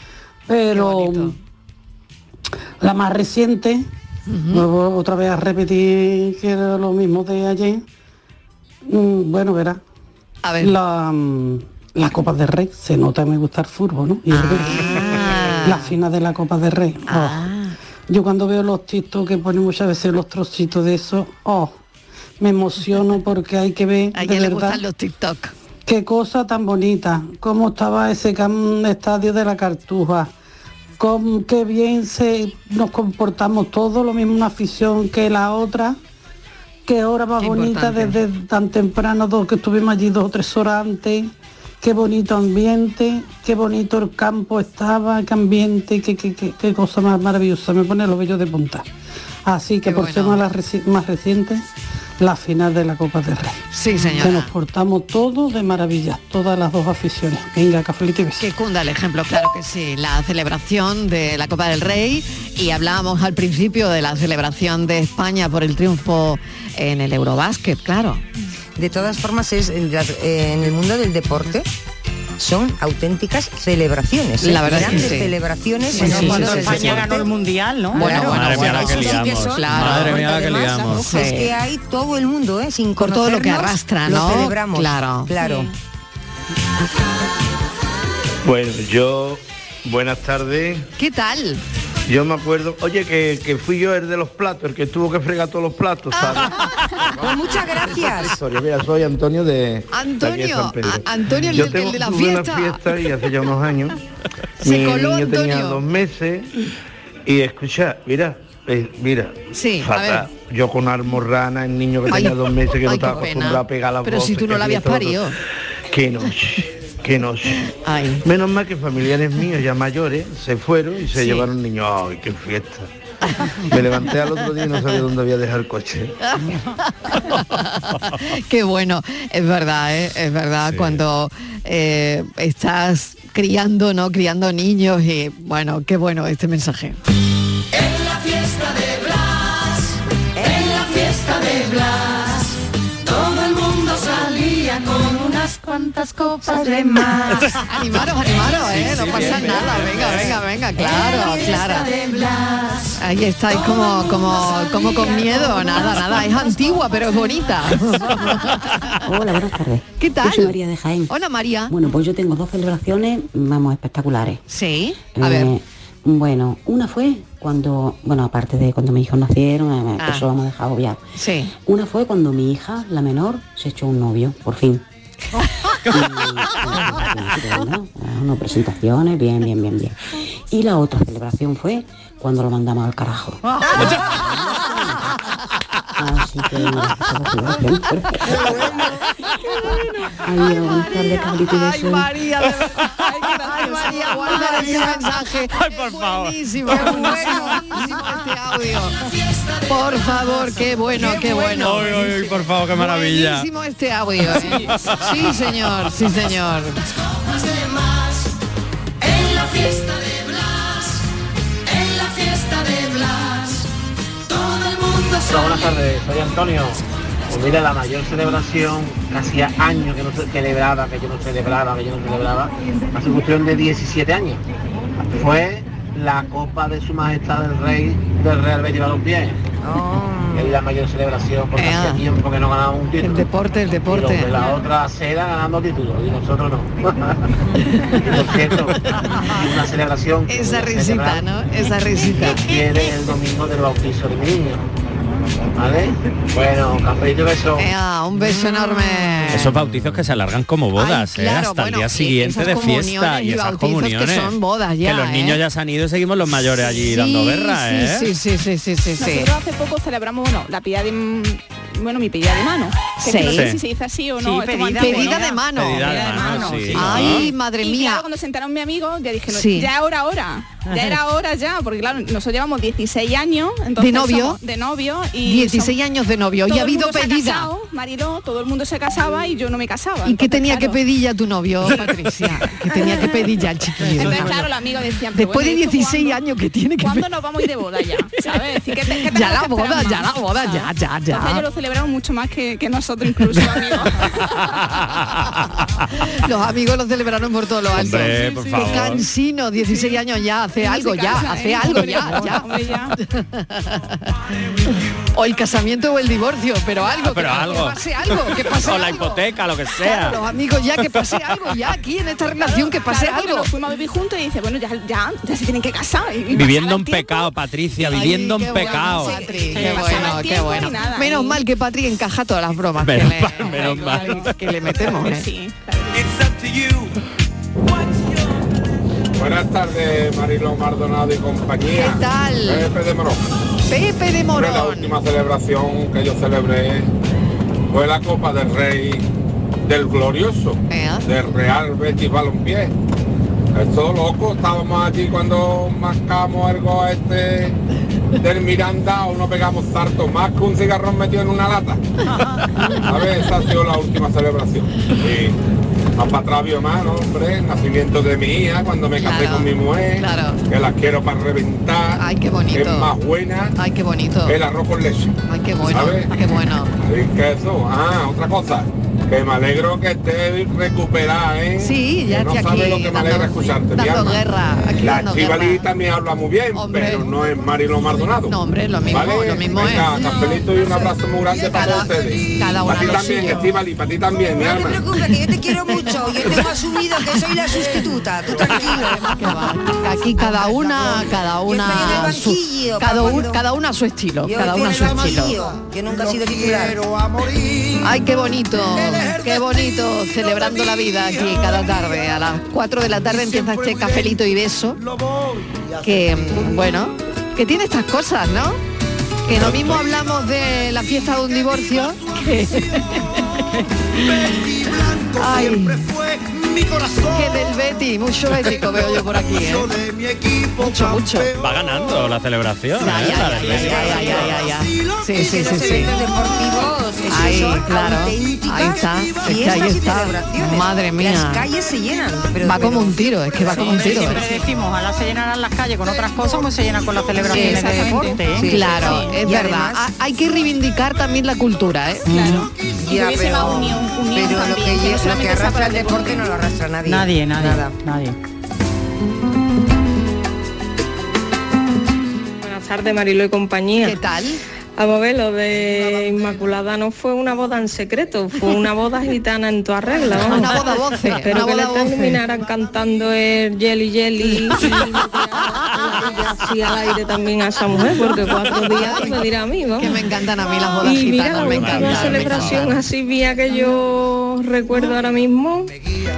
Speaker 12: Pero
Speaker 5: bonito.
Speaker 12: la más reciente, vuelvo otra vez a repetir que era lo mismo de ayer. Mm, Bueno, verás,
Speaker 5: A ver.
Speaker 12: la, mm, las copas de rey, se nota que me gusta el fútbol, ¿no? Y el béisbol.
Speaker 5: Ah.
Speaker 12: La final de la Copa de Rey. oh.
Speaker 5: Ah.
Speaker 12: Yo cuando veo los TikTok que ponen muchas veces los trocitos de eso, oh, me emociono porque hay que ver
Speaker 5: A
Speaker 12: de
Speaker 5: quién le
Speaker 12: verdad
Speaker 5: gustan los TikTok.
Speaker 12: qué cosa tan bonita, cómo estaba ese cam- estadio de la Cartuja, con qué bien se nos comportamos todos, lo mismo una afición que la otra, qué hora más
Speaker 5: Qué
Speaker 12: bonita
Speaker 5: importante.
Speaker 12: desde tan temprano, dos que estuvimos allí dos o tres horas antes, qué bonito ambiente, qué bonito el campo estaba, qué ambiente, qué, qué- qué- qué cosa más maravillosa, me pone los vellos de punta. Así Ah, que
Speaker 5: Qué
Speaker 12: por ser
Speaker 5: bueno.
Speaker 12: más, la reci- más reciente, la final de la Copa del Rey.
Speaker 5: Sí,
Speaker 12: Que nos
Speaker 5: señora.
Speaker 12: portamos todos de maravilla, todas las dos aficiones. Venga, cafelito y besos.
Speaker 5: Que cunda el ejemplo, claro que sí. La celebración de la Copa del Rey y hablábamos al principio de la celebración de España por el triunfo en el Eurobásquet, claro.
Speaker 10: De todas formas, es en la- eh, en el mundo del deporte son auténticas celebraciones. ¿eh?
Speaker 5: La verdad es que
Speaker 10: Grandes
Speaker 5: sí.
Speaker 10: celebraciones.
Speaker 5: Sí,
Speaker 10: en el mundo
Speaker 5: sí, sí,
Speaker 7: Cuando
Speaker 10: del
Speaker 5: sí, sí.
Speaker 7: España ganó el
Speaker 10: deporte.
Speaker 7: mundial, ¿no?
Speaker 5: Bueno,
Speaker 10: Claro,
Speaker 5: bueno,
Speaker 6: Madre mía,
Speaker 5: bueno,
Speaker 6: la que
Speaker 5: eso sí que
Speaker 6: liamos.
Speaker 5: son- claro.
Speaker 6: Madre mía, la que
Speaker 10: Además,
Speaker 6: liamos.
Speaker 10: ojo, es
Speaker 5: Sí.
Speaker 10: que hay todo el mundo, ¿eh? sin
Speaker 5: Con todo lo que
Speaker 10: conocernos,
Speaker 5: arrastra,
Speaker 10: lo
Speaker 5: ¿no?
Speaker 10: celebramos.
Speaker 5: Claro.
Speaker 10: Claro.
Speaker 13: Bueno, yo, buenas tardes.
Speaker 5: ¿Qué tal?
Speaker 13: Yo me acuerdo, oye, que, que fui yo el de los platos, el que tuvo que fregar todos los platos,
Speaker 5: Ah.
Speaker 13: ¿sabes?
Speaker 10: Pues muchas gracias.
Speaker 13: Historia. Mira, soy Antonio de- de... aquí de
Speaker 5: Antonio,
Speaker 13: San Pedro.
Speaker 5: a- Antonio, el
Speaker 13: Yo
Speaker 5: de- el de la
Speaker 13: tuve una
Speaker 5: fiesta.
Speaker 13: fiesta y hace ya unos años.
Speaker 5: Se
Speaker 13: mi
Speaker 5: coló
Speaker 13: niño tenía
Speaker 5: Antonio.
Speaker 13: dos meses y escucha, mira, eh, mira,
Speaker 5: Sí, a
Speaker 13: fatal. Yo con una almorrana, el niño que
Speaker 5: Ay,
Speaker 13: tenía dos meses que no
Speaker 5: ay, qué
Speaker 13: estaba
Speaker 5: pena.
Speaker 13: acostumbrado a pegar las
Speaker 5: Pero si
Speaker 13: voces,
Speaker 5: tú no
Speaker 13: que
Speaker 5: la
Speaker 13: sí,
Speaker 5: habías
Speaker 13: esto, lo otro.
Speaker 5: parido.
Speaker 13: Que noche, que noche.
Speaker 5: Ay.
Speaker 13: Menos mal que familiares míos ya mayores se fueron y se
Speaker 5: Sí.
Speaker 13: llevaron niños. ¡Ay, qué fiesta! Me levanté al otro día y no sabía dónde había dejado el coche.
Speaker 5: Qué bueno, es verdad, ¿eh? es verdad, cuando eh, estás criando, ¿no? Criando niños y bueno, qué bueno este mensaje.
Speaker 11: En la fiesta de Blas, en la fiesta de Blas, todo el mundo salía con unas cuantas.
Speaker 3: cuantas copas de más.
Speaker 5: Animaros, animaros, ¿eh? No pasa nada. Venga, venga, venga, claro, claro. Ahí estáis como, como, como con miedo. Nada, nada. Es antigua, pero es bonita.
Speaker 14: Hola, buenas tardes.
Speaker 5: ¿Qué tal?
Speaker 14: Yo soy María de Jaén.
Speaker 5: Hola, María.
Speaker 14: Bueno, pues yo tengo dos celebraciones, vamos, espectaculares. Eh,
Speaker 5: Sí, a ver.
Speaker 14: Bueno, una fue cuando, bueno, aparte de cuando mis hijos nacieron, eh,
Speaker 5: Ah.
Speaker 14: que eso lo hemos dejado obviar.
Speaker 5: Sí.
Speaker 14: Una fue cuando mi hija, la menor, se echó un novio, por fin. Eh, Unas presentaciones, bien, bien, bien, bien. Y la otra celebración fue cuando lo mandamos al carajo.
Speaker 5: Ah.
Speaker 14: Así que, Adiós, buenas tardes, cabrito y
Speaker 5: Ay,
Speaker 14: besos.
Speaker 5: María, de verdad. Ay, gracias, María, guarda ese mensaje. Ay, por favor. Buenísimo, qué bueno, buenísimo este audio. Por favor, qué bueno, qué bueno.
Speaker 6: Uy, uy, uy, por favor, qué maravilla.
Speaker 5: Buenísimo este audio, ¿eh? Sí, señor, sí, señor.
Speaker 3: Copas de más. En la fiesta de Blas. En la fiesta de Blas. Todo el mundo
Speaker 15: Hola, buenas tardes, soy Antonio. Pues mira, la mayor celebración, que hacía años que no se celebraba, que yo no celebraba, que yo no celebraba, hace cuestión de 17 años. Fue la Copa de Su Majestad del Rey del Real Betis Balompié.
Speaker 5: Oh.
Speaker 15: Es la mayor celebración porque hacía tiempo que no ganaba un título.
Speaker 5: El deporte, el
Speaker 15: Y los
Speaker 5: deporte.
Speaker 15: de la otra cera ganando títulos y nosotros no. Por cierto, una celebración. que voy
Speaker 5: Esa
Speaker 15: a
Speaker 5: risita,
Speaker 15: celebrar
Speaker 5: ¿no? Esa risita.
Speaker 15: quiere el domingo del bautizo de mi niño. ¿Vale? Bueno, cafecito y beso.
Speaker 5: Ah, un beso enorme.
Speaker 6: Esos bautizos que se alargan como bodas,
Speaker 5: Ay,
Speaker 6: ¿eh?
Speaker 5: claro,
Speaker 6: hasta
Speaker 5: bueno,
Speaker 6: el día
Speaker 5: y
Speaker 6: siguiente
Speaker 5: esas
Speaker 6: de
Speaker 5: comuniones
Speaker 6: fiesta
Speaker 5: y
Speaker 6: y, esas
Speaker 5: bautizos que
Speaker 6: comuniones.
Speaker 5: son bodas ya,
Speaker 6: Que los
Speaker 5: ¿eh?
Speaker 6: niños ya se han ido y seguimos los mayores allí dando guerra,
Speaker 8: sí,
Speaker 6: ¿eh?
Speaker 8: sí,
Speaker 5: sí, sí, sí, sí,
Speaker 8: Nosotros hace poco celebramos, bueno, la pilla de... m- Bueno, mi pedida de mano. Que
Speaker 5: Sí.
Speaker 8: No sé si
Speaker 5: Sí.
Speaker 8: se dice así o
Speaker 5: Sí,
Speaker 8: no. es como
Speaker 5: pedida,
Speaker 8: antiguo,
Speaker 5: pedida
Speaker 8: ¿no?
Speaker 5: de mano. Pedida de
Speaker 8: Pedida
Speaker 5: mano, sí. Ah.
Speaker 8: ¿no?
Speaker 5: Ay, madre
Speaker 8: Y
Speaker 5: mía.
Speaker 8: claro, cuando sentaron mi amigo, ya dije, no,
Speaker 5: Sí.
Speaker 8: ya era hora, ya era hora ya, porque claro, nosotros llevamos 16 años. entonces
Speaker 5: ¿De novio?
Speaker 8: somos- de novio. Y
Speaker 5: 16 años de novio y
Speaker 8: todo
Speaker 5: ha
Speaker 8: el
Speaker 5: habido
Speaker 8: mundo se
Speaker 5: pedida.
Speaker 8: casado, Mariló, todo el mundo se casaba y yo no me casaba.
Speaker 5: ¿Y qué
Speaker 8: Entonces,
Speaker 5: tenía
Speaker 8: claro,
Speaker 5: que pedir ya tu novio, Patricia? Que tenía que pedir ya el chiquillo.
Speaker 8: Entonces, claro, los amigos decían, pero
Speaker 5: Después de
Speaker 8: bueno, ¿y esto
Speaker 5: 16 años que tiene que
Speaker 8: ¿Cuándo
Speaker 5: pedir-
Speaker 8: nos vamos a ir de boda ya? ¿Sabes? Así que, ¿qué
Speaker 5: Ya
Speaker 8: tenemos
Speaker 5: la
Speaker 8: que esperar
Speaker 5: boda,
Speaker 8: más?
Speaker 5: ya la boda, ya, Ah, ya,
Speaker 8: Entonces ellos
Speaker 5: ya.
Speaker 8: lo celebraron mucho más que, que nosotros incluso, amigos.
Speaker 5: Los amigos lo celebraron por todos los altos.
Speaker 6: Hombre, por
Speaker 5: Qué
Speaker 6: favor.
Speaker 5: cansino, 16 años ya, hace algo ya,
Speaker 6: ¿eh?
Speaker 5: hace algo ya, ya. O el casamiento o el divorcio, pero algo.
Speaker 6: Ah, pero
Speaker 5: que-
Speaker 6: algo.
Speaker 5: Que pase algo, que pase
Speaker 6: o la
Speaker 5: algo.
Speaker 6: hipoteca, lo que sea.
Speaker 5: Claro, los amigos ya, que pase algo ya aquí en esta relación, que pase
Speaker 8: Claro, porque
Speaker 5: algo.
Speaker 8: Nos fuimos a vivir juntos y dice, bueno, ya, ya, ya se tienen que casar. Y- y
Speaker 6: Viviendo en pecado, Patricia, viviendo
Speaker 5: qué
Speaker 6: en
Speaker 5: bueno,
Speaker 6: pecado.
Speaker 5: Patri, qué bueno, qué bueno. Menos mal que Patri encaja todas las bromas que
Speaker 6: Menos
Speaker 5: le-
Speaker 6: mal, menos mal.
Speaker 5: que le metemos. ¿eh?
Speaker 16: Buenas tardes, Marilo Mardonado y compañía.
Speaker 5: ¿Qué tal?
Speaker 16: Pepe de Morón.
Speaker 5: Pepe de
Speaker 16: Hombre, La
Speaker 5: Morón.
Speaker 16: última celebración que yo celebré fue la Copa del Rey del Glorioso, del Real Betis Balompié. Esto loco, estábamos allí cuando marcamos el gol este del Miranda o no pegamos sarto, más que un cigarrón metido en una lata. A ver, esa ha sido la última celebración. Y más para atrás vio más, ¿no, hombre, el nacimiento de mi hija, cuando me casé con mi mujer, que las quiero para reventar.
Speaker 5: Ay, qué bonito.
Speaker 16: Es más buena
Speaker 5: Ay, qué bonito.
Speaker 16: el arroz con leche.
Speaker 5: Ay, qué bueno, ah,
Speaker 16: ¿Sabes?
Speaker 5: qué bueno.
Speaker 16: Así que eso, ah, otra cosa. Que me alegro que estés recuperada, ¿eh?
Speaker 5: Sí, ya
Speaker 16: que no
Speaker 5: estoy
Speaker 16: sabes
Speaker 5: aquí
Speaker 16: lo que me alegra escucharte, mi
Speaker 5: Dando
Speaker 16: alma.
Speaker 5: guerra, aquí
Speaker 16: La
Speaker 5: dando guerra.
Speaker 16: Chivali también habla muy bien, pero no es Marilo Mardonado.
Speaker 5: No, hombre, lo mismo,
Speaker 16: ¿Vale?
Speaker 5: lo mismo
Speaker 16: Venga,
Speaker 5: es.
Speaker 16: cafelito y un abrazo muy grande para todos ustedes.
Speaker 5: cada
Speaker 16: para
Speaker 5: una
Speaker 16: ti
Speaker 5: lo
Speaker 16: también,
Speaker 5: suyo.
Speaker 16: Estivali, para ti también, mi alma.
Speaker 10: que yo te quiero mucho, yo tengo asumido que soy la sustituta, tú tranquilo.
Speaker 5: Aquí cada una, cada una,
Speaker 10: el
Speaker 5: su-
Speaker 10: banquillo,
Speaker 5: cada,
Speaker 10: pa'
Speaker 5: un-
Speaker 10: cuando-
Speaker 5: cada una a su estilo,
Speaker 10: Yo
Speaker 5: cada
Speaker 10: estoy
Speaker 5: una a
Speaker 10: en
Speaker 5: su
Speaker 10: el
Speaker 5: estilo.
Speaker 10: banquillo, yo nunca he sido titular.
Speaker 5: Ay, qué bonito, qué bonito, celebrando la vida aquí cada tarde. A las 4 de la tarde empieza este cafelito y beso, que mm, bueno, que tiene estas cosas, ¿no? Que lo mismo hablamos de la fiesta de un divorcio. que- Ay, que del Betty, mucho bético veo yo por aquí. ¿eh? Mucho, mucho.
Speaker 6: Va ganando la celebración, ¿eh? La del Betis.
Speaker 5: Ya, ya, ya, ya. Sí, sí, sí, sí.
Speaker 10: deportivos, eso
Speaker 5: Ahí,
Speaker 10: son
Speaker 5: claro.
Speaker 10: auténticas
Speaker 5: Ahí está, es que
Speaker 10: fiestas
Speaker 5: ahí
Speaker 10: y
Speaker 5: está.
Speaker 10: celebraciones.
Speaker 5: Madre mía.
Speaker 10: Las calles se llenan. Pero
Speaker 5: Va como un tiro, es que va como un tiro.
Speaker 7: Siempre decimos, ojalá se llenarán las calles con otras cosas como se llenan con las celebraciones de
Speaker 5: Exactamente.
Speaker 7: deporte. ¿eh?
Speaker 5: claro,
Speaker 7: Sí.
Speaker 5: es
Speaker 7: Y
Speaker 5: verdad. Ah,
Speaker 7: además-
Speaker 5: Ha- hay que reivindicar también la cultura, ¿eh? Claro.
Speaker 10: Ya, pero, pero lo que, lle- lo que arrastra el deporte no lo arrastra nadie.
Speaker 7: Nadie, nadie,
Speaker 10: Nada.
Speaker 7: nadie.
Speaker 17: Buenas tardes, Marilo y compañía.
Speaker 5: ¿Qué tal?
Speaker 17: Vamos a ver, lo de Inmaculada no fue una boda en secreto, fue una boda gitana en tu arreglo. vamos.
Speaker 5: Una boda voce,
Speaker 17: Pero
Speaker 5: una
Speaker 17: que le
Speaker 5: boda voce.
Speaker 17: terminaran cantando el Jelly Jelly y así al aire también a esa mujer, porque cuatro días me dirá a mí, vamos.
Speaker 5: Que me encantan a mí las bodas
Speaker 17: Y mira, la
Speaker 5: gitanas, me
Speaker 17: última
Speaker 5: encantan.
Speaker 17: celebración así vía que yo recuerdo ahora mismo,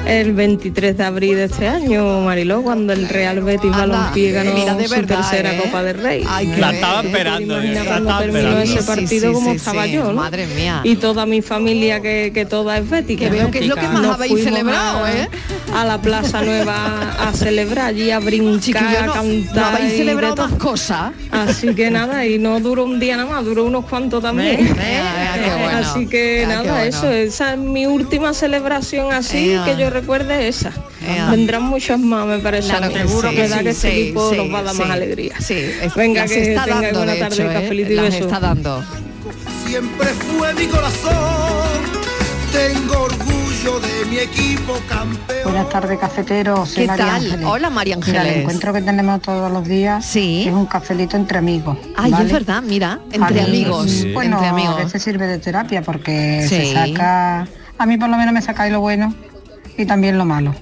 Speaker 17: el 23 de abril de este año, Mariló, cuando el Real Betis Balompié ganó
Speaker 5: mira, de
Speaker 17: su
Speaker 5: verdad,
Speaker 17: tercera
Speaker 5: ¿eh?
Speaker 17: Copa del Rey.
Speaker 6: La estaba esperando, eh, la
Speaker 17: Cuando
Speaker 6: estaba
Speaker 17: terminó
Speaker 6: esperando.
Speaker 17: ese partido como
Speaker 5: sí,
Speaker 17: estaba
Speaker 5: sí,
Speaker 17: yo, ¿no?
Speaker 5: madre mía.
Speaker 17: Y toda mi familia que, que toda es bética.
Speaker 5: Que veo que es lo que más
Speaker 17: Nos
Speaker 5: habéis
Speaker 17: fuimos
Speaker 5: celebrado,
Speaker 17: a,
Speaker 5: ¿eh?
Speaker 17: a la Plaza Nueva a celebrar allí a brincar,
Speaker 5: Chiquillo,
Speaker 17: a
Speaker 5: no-
Speaker 17: cantar.
Speaker 5: no habéis
Speaker 17: y de
Speaker 5: celebrado
Speaker 17: todo.
Speaker 5: más cosas.
Speaker 17: Así que nada, y no duró un día nada más, duró unos cuantos también. Eh,
Speaker 5: Ve, ve, ah, qué bueno,
Speaker 17: Así que
Speaker 5: ah, qué
Speaker 17: nada,
Speaker 5: bueno.
Speaker 17: eso, esa es mi última celebración así
Speaker 5: Ea.
Speaker 17: que yo recuerde esa.
Speaker 5: Ea.
Speaker 17: Vendrán muchas más, me parece.
Speaker 5: Claro
Speaker 17: a mí.
Speaker 5: que
Speaker 17: Seguro
Speaker 5: sí,
Speaker 17: que da que
Speaker 5: sí,
Speaker 17: este
Speaker 5: sí,
Speaker 17: equipo
Speaker 5: sí,
Speaker 17: nos va a dar más
Speaker 5: sí,
Speaker 17: alegría.
Speaker 5: Sí, es-
Speaker 17: Venga,
Speaker 5: las
Speaker 17: que
Speaker 5: está
Speaker 17: tengáis
Speaker 5: dando,
Speaker 17: buena
Speaker 5: de
Speaker 17: tarde,
Speaker 5: hecho, ¿eh?
Speaker 17: cafelito y
Speaker 5: Las
Speaker 17: besos.
Speaker 5: está dando.
Speaker 18: Siempre fue mi corazón. Tengo orgullo de mi equipo campeón.
Speaker 19: Buenas tardes, cafeteros. Soy
Speaker 5: ¿Qué
Speaker 19: María
Speaker 5: tal?
Speaker 19: Ángeles.
Speaker 5: Hola, María
Speaker 19: Mira,
Speaker 5: Ángeles.
Speaker 19: El encuentro que tenemos todos los días es un cafelito entre amigos.
Speaker 5: Ay,
Speaker 19: ¿vale?
Speaker 5: es verdad, mira,
Speaker 19: A mí,
Speaker 5: entre amigos,
Speaker 19: Bueno,
Speaker 5: entre
Speaker 19: a
Speaker 5: amigos.
Speaker 19: veces sirve de terapia porque
Speaker 5: Sí.
Speaker 19: se saca... A mí por lo menos me sacáis lo bueno y también lo malo.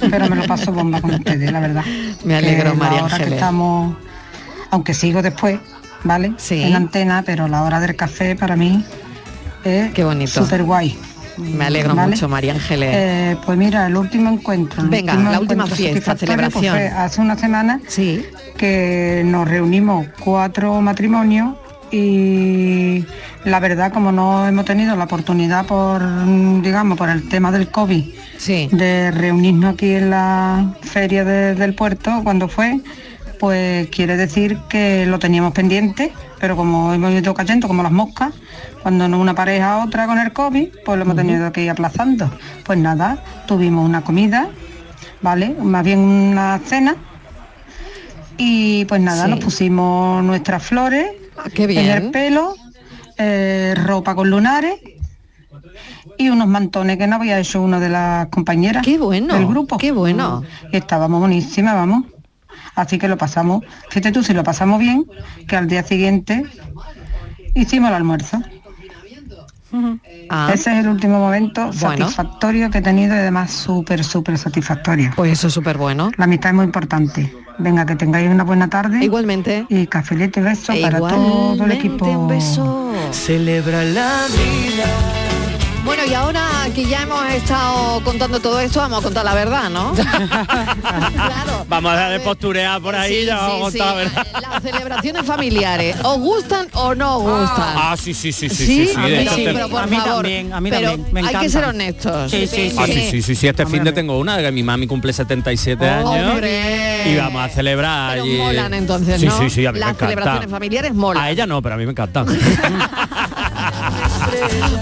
Speaker 19: Pero me lo paso bomba con ustedes, la verdad.
Speaker 5: Me alegro,
Speaker 19: Que
Speaker 5: María
Speaker 19: la hora que
Speaker 5: Ángeles.
Speaker 19: estamos, aunque sigo después, ¿vale? En antena, pero la hora del café para mí es
Speaker 5: Qué bonito.
Speaker 19: súper guay.
Speaker 5: Me alegro
Speaker 19: ¿Vale?
Speaker 5: mucho, María Ángeles.
Speaker 19: Eh, pues mira, el último encuentro. el
Speaker 5: Venga, la última
Speaker 19: encuentro
Speaker 5: fiesta,
Speaker 19: satisfactorio, pues,
Speaker 5: celebración.
Speaker 19: fue hace una semana que nos reunimos cuatro matrimonios y la verdad, como no hemos tenido la oportunidad por, mm, digamos, por el tema del COVID, de reunirnos aquí en la feria de- del puerto, cuando fue, pues quiere decir que lo teníamos pendiente, pero como hemos ido cayendo, como las moscas, cuando no una pareja a otra con el COVID, pues lo hemos tenido que ir aplazando. Pues nada, tuvimos una comida, ¿vale? Más bien una cena. Y pues nada,
Speaker 5: Sí.
Speaker 19: nos pusimos nuestras flores
Speaker 5: bien.
Speaker 19: en el pelo, eh, ropa con lunares y unos mantones que no había hecho una de las compañeras del grupo. Qué bueno. Y estábamos buenísimas, vamos. Así que lo pasamos, fíjate tú, si lo pasamos bien, que al día siguiente hicimos el almuerzo.
Speaker 5: Ah.
Speaker 19: Ese es el último momento
Speaker 5: Bueno.
Speaker 19: satisfactorio que he tenido y además súper, súper satisfactorio.
Speaker 5: Pues eso es súper bueno.
Speaker 19: La amistad es muy importante. Venga, que tengáis una buena tarde. Igualmente. Y cafelete, beso para todo el equipo. Un beso.
Speaker 5: Celebra la Bueno, y ahora que ya hemos estado contando todo esto, vamos a contar la verdad, ¿no?
Speaker 6: Vamos a dejar de posturear por ahí,
Speaker 5: Sí,
Speaker 6: ya
Speaker 5: sí,
Speaker 6: vamos a contar,
Speaker 5: sí.
Speaker 6: ¿verdad?
Speaker 5: Las celebraciones familiares, ¿os gustan o no os gustan?
Speaker 6: Ah, sí, sí, sí, sí, sí, sí,
Speaker 5: A mí
Speaker 6: de hecho te-
Speaker 5: Ah, pero pues, por
Speaker 7: A mí
Speaker 5: favor,
Speaker 7: también, a mí
Speaker 5: pero
Speaker 7: también, me
Speaker 5: hay que
Speaker 7: encantan.
Speaker 5: ser honestos.
Speaker 7: Sí, sí,
Speaker 6: Ah, sí, sí, sí, sí, este fin de tengo una, que mi mami cumple 77 años
Speaker 5: Oh, Hombre.
Speaker 6: este y vamos a celebrar. allí.
Speaker 5: Molan entonces,
Speaker 6: sí,
Speaker 5: ¿no?
Speaker 6: Sí, sí, a mí
Speaker 5: Las
Speaker 6: me
Speaker 5: celebraciones
Speaker 6: encanta.
Speaker 5: familiares molan.
Speaker 6: A ella no, pero a mí me encanta.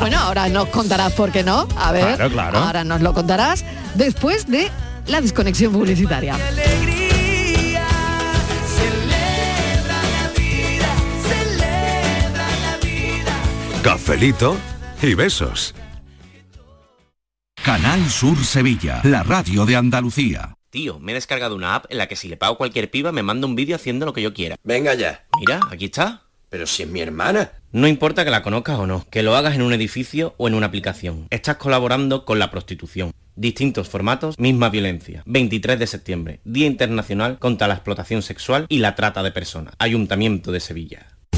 Speaker 5: Bueno, ahora nos contarás por qué no. A ver,
Speaker 6: Claro, claro.
Speaker 5: ahora nos lo contarás después de la desconexión publicitaria.
Speaker 1: Cafelito y besos.
Speaker 20: Canal Sur Sevilla, la radio de Andalucía.
Speaker 21: Tío, me he descargado una app en la que si le pago a cualquier piba me manda un vídeo haciendo lo que yo quiera. Venga ya. Mira, aquí está. Pero si es mi hermana. No importa que la conozcas o no, que lo hagas en un edificio o en una aplicación. Estás colaborando con la prostitución. Distintos formatos, misma violencia. 23 de septiembre, Día Internacional contra la Explotación Sexual y la Trata de Personas. Ayuntamiento de Sevilla.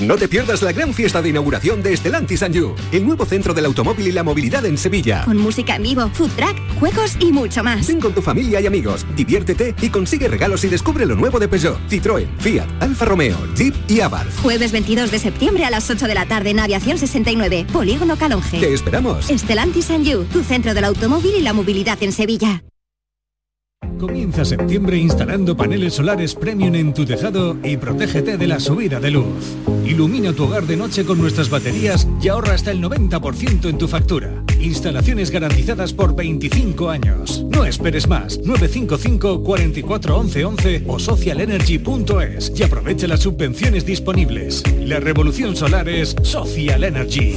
Speaker 22: No te pierdas la gran fiesta de inauguración de Estelantis and You, el nuevo centro del automóvil y la movilidad en Sevilla.
Speaker 23: Con música en vivo, food track, juegos y mucho más.
Speaker 22: Ven con tu familia y amigos, diviértete y consigue regalos y descubre lo nuevo de Peugeot, Citroën, Fiat, Alfa Romeo, Jeep y Abarth.
Speaker 23: Jueves 22 de septiembre a las 8 de la tarde en Aviación 69, Polígono Calonge.
Speaker 22: Te esperamos.
Speaker 23: Estelantis and You, tu centro del automóvil y la movilidad en Sevilla.
Speaker 24: Comienza septiembre instalando paneles solares premium en tu tejado y protégete de la subida de luz. Ilumina tu hogar de noche con nuestras baterías y ahorra hasta el 90% en tu factura. Instalaciones garantizadas por 25 años. No esperes más. 955 44 11 11 o socialenergy.es y aprovecha las subvenciones disponibles. La revolución solar es Social Energy.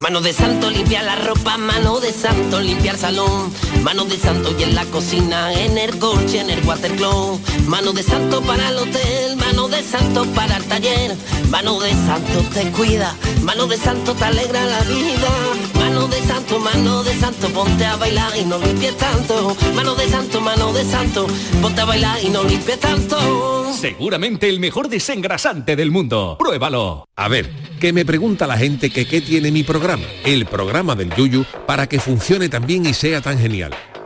Speaker 25: Mano de santo limpia la ropa, mano de santo limpia el salón, mano de santo y en la cocina, en el coche, en el watercloak, mano de santo para el hotel, mano de santo para el taller, mano de santo te cuida, mano de santo te alegra la vida, mano de santo, mano de santo, ponte a bailar y no limpies tanto, mano de santo, mano de santo, ponte a bailar y no limpies tanto.
Speaker 26: Seguramente el mejor desengrasante del mundo. Pruébalo.
Speaker 2: A ver, que me pregunta la gente que qué tiene mi programa, el programa del Yuyu, para que funcione tan bien y sea tan genial.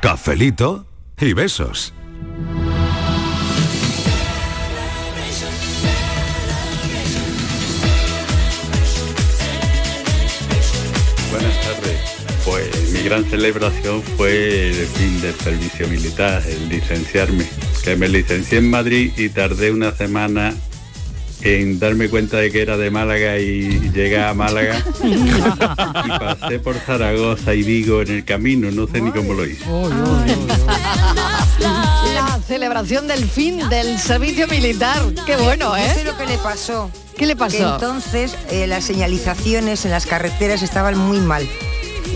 Speaker 1: Cafelito y besos.
Speaker 27: Buenas tardes. Pues mi gran celebración fue el fin del servicio militar, el licenciarme. Que me licencié en Madrid y tardé una semana en darme cuenta de que era de Málaga y llegué a Málaga y pasé por Zaragoza y Vigo en el camino, no sé ni cómo lo hice.
Speaker 5: La celebración del fin del servicio militar. Qué bueno,
Speaker 10: Yo sé
Speaker 5: ¿eh?
Speaker 10: lo que le pasó.
Speaker 5: ¿Qué le
Speaker 10: Que
Speaker 5: pasó?
Speaker 10: entonces eh, las señalizaciones en las carreteras estaban muy mal.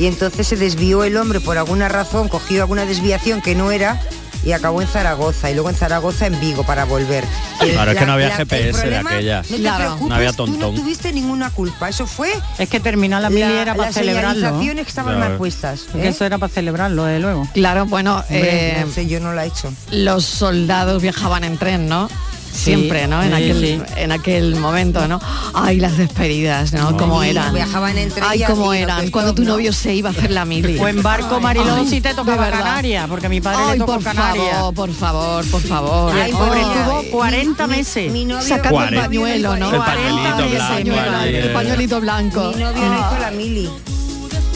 Speaker 10: Y entonces se desvió el hombre por alguna razón, cogió alguna desviación que no era y acabó en Zaragoza y luego en Zaragoza en Vigo para volver. El-
Speaker 6: Claro, es que
Speaker 10: la-
Speaker 6: no había
Speaker 10: la- el
Speaker 6: GPS de
Speaker 10: problema-
Speaker 6: aquella.
Speaker 10: No te preocupes,
Speaker 6: No había
Speaker 10: tú no
Speaker 6: tontón.
Speaker 10: tuviste ninguna culpa, eso fue
Speaker 7: Es que terminó la mili era para
Speaker 10: las
Speaker 7: celebrarlo.
Speaker 10: señalizaciones que estaban mal
Speaker 7: Claro.
Speaker 10: puestas.
Speaker 7: Porque
Speaker 10: ¿eh?
Speaker 7: Eso era para celebrarlo, de luego.
Speaker 5: Claro, bueno,
Speaker 10: Hombre,
Speaker 5: eh,
Speaker 10: no sé, yo no la he hecho.
Speaker 5: los soldados viajaban en tren, ¿no?
Speaker 10: Sí,
Speaker 5: Siempre, ¿no? En,
Speaker 10: sí,
Speaker 5: aquel,
Speaker 10: sí.
Speaker 5: en aquel momento, ¿no? Ay, las despedidas, ¿no? ¿Cómo
Speaker 10: Sí,
Speaker 5: eran?
Speaker 10: viajaban en tren
Speaker 5: Ay,
Speaker 10: y así,
Speaker 5: cómo
Speaker 10: no,
Speaker 5: eran.
Speaker 10: que
Speaker 5: Cuando tu novio se iba a hacer la mili.
Speaker 7: O en barco,
Speaker 5: Ay,
Speaker 7: Mariló,
Speaker 5: ay,
Speaker 7: si te
Speaker 5: de
Speaker 7: tocaba
Speaker 5: verdad.
Speaker 7: Canarias, porque a mi padre le
Speaker 5: Ay,
Speaker 7: tocó
Speaker 5: por
Speaker 7: Canarias.
Speaker 5: favor, por favor, por favor.
Speaker 7: Ay, pobre, tuvo 40 meses.
Speaker 5: Sacando el
Speaker 6: 40.
Speaker 5: pañuelo, ¿no?
Speaker 6: El pañuelito
Speaker 5: El
Speaker 6: blanco
Speaker 5: pañuelo,
Speaker 6: ahí,
Speaker 5: el
Speaker 6: eh.
Speaker 5: pañuelito blanco.
Speaker 10: Mi novio no hizo la mili.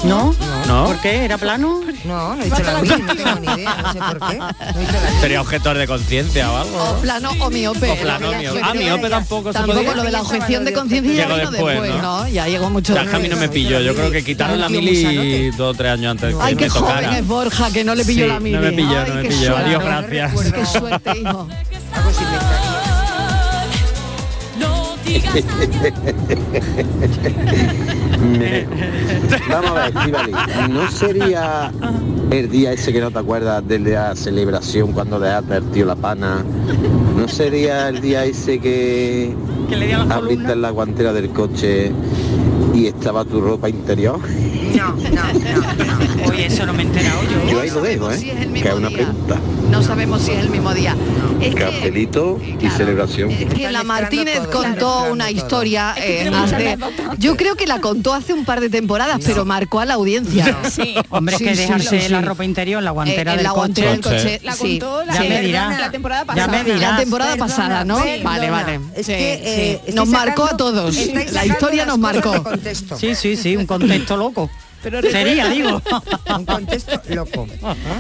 Speaker 7: ¿No?
Speaker 6: ¿No?
Speaker 7: ¿Por qué? ¿Era plano?
Speaker 10: No, no hizo la mili, no tengo ni idea, no sé por qué.
Speaker 6: Sería objetor de conciencia o algo. ¿no?
Speaker 5: O plano o miope.
Speaker 6: O plano, miope. Ah, miope tampoco se podía.
Speaker 5: lo de la objeción de conciencia ya
Speaker 6: Llegó
Speaker 5: vino
Speaker 6: después,
Speaker 5: después, ¿no?
Speaker 6: ¿no?
Speaker 5: Ya llegó mucho
Speaker 6: Ya, es que a mí no me pilló. Yo creo que quitaron la mili dos o tres años antes de
Speaker 5: Ay,
Speaker 6: que
Speaker 5: qué
Speaker 6: me
Speaker 5: joven
Speaker 6: tocara.
Speaker 5: es Borja, que no le pilló
Speaker 6: Sí,
Speaker 5: la mili.
Speaker 6: No me pilló,
Speaker 5: Ay,
Speaker 6: no me
Speaker 5: qué
Speaker 6: pilló.
Speaker 5: suerte.
Speaker 6: Adiós, gracias.
Speaker 5: Qué suerte, hijo.
Speaker 10: Algo similar.
Speaker 3: No
Speaker 11: Me- Vamos a ver, Estíbaliz, ¿no sería el día ese que no te acuerdas de la celebración cuando le has tío la pana? ¿No sería el día ese que, abriste la guantera del coche y estaba tu ropa interior?
Speaker 7: No, no, no, Oye, eso no me he enterado yo.
Speaker 11: Yo ahí lo dejo,
Speaker 5: si
Speaker 11: ¿eh?
Speaker 5: es el mismo
Speaker 11: Que es una
Speaker 5: día.
Speaker 11: pregunta.
Speaker 5: No sabemos si es el mismo día. Es que,
Speaker 11: Cartelito y celebración.
Speaker 5: es que la Martínez contó una historia eh, hace, yo creo que la contó hace un par de temporadas, pero marcó a la audiencia.
Speaker 7: Sí, hombre, es que dejarse la ropa interior Eh, en la guantera
Speaker 5: Eh, en
Speaker 7: del
Speaker 5: la
Speaker 7: coche.
Speaker 5: guantera del coche.
Speaker 8: La
Speaker 5: sí.
Speaker 8: contó la,
Speaker 7: Ya me dirá.
Speaker 8: la temporada
Speaker 7: Ya
Speaker 8: pasada.
Speaker 7: me dirá.
Speaker 5: La temporada
Speaker 8: Perdona,
Speaker 5: pasada, ¿no?
Speaker 8: perdona.
Speaker 5: Vale, vale.
Speaker 8: Es
Speaker 5: Sí,
Speaker 8: que, eh,
Speaker 5: sí.
Speaker 8: estoy
Speaker 5: Nos marcó a
Speaker 8: sacando-
Speaker 5: todos.
Speaker 8: estáis
Speaker 5: La
Speaker 8: sacando las
Speaker 5: historia nos
Speaker 8: cosas de
Speaker 5: marcó.
Speaker 8: contexto.
Speaker 7: Sí, sí, sí, un contexto loco.
Speaker 8: Pero
Speaker 7: Sería,
Speaker 8: recuerda-
Speaker 7: digo.
Speaker 8: Un contexto loco.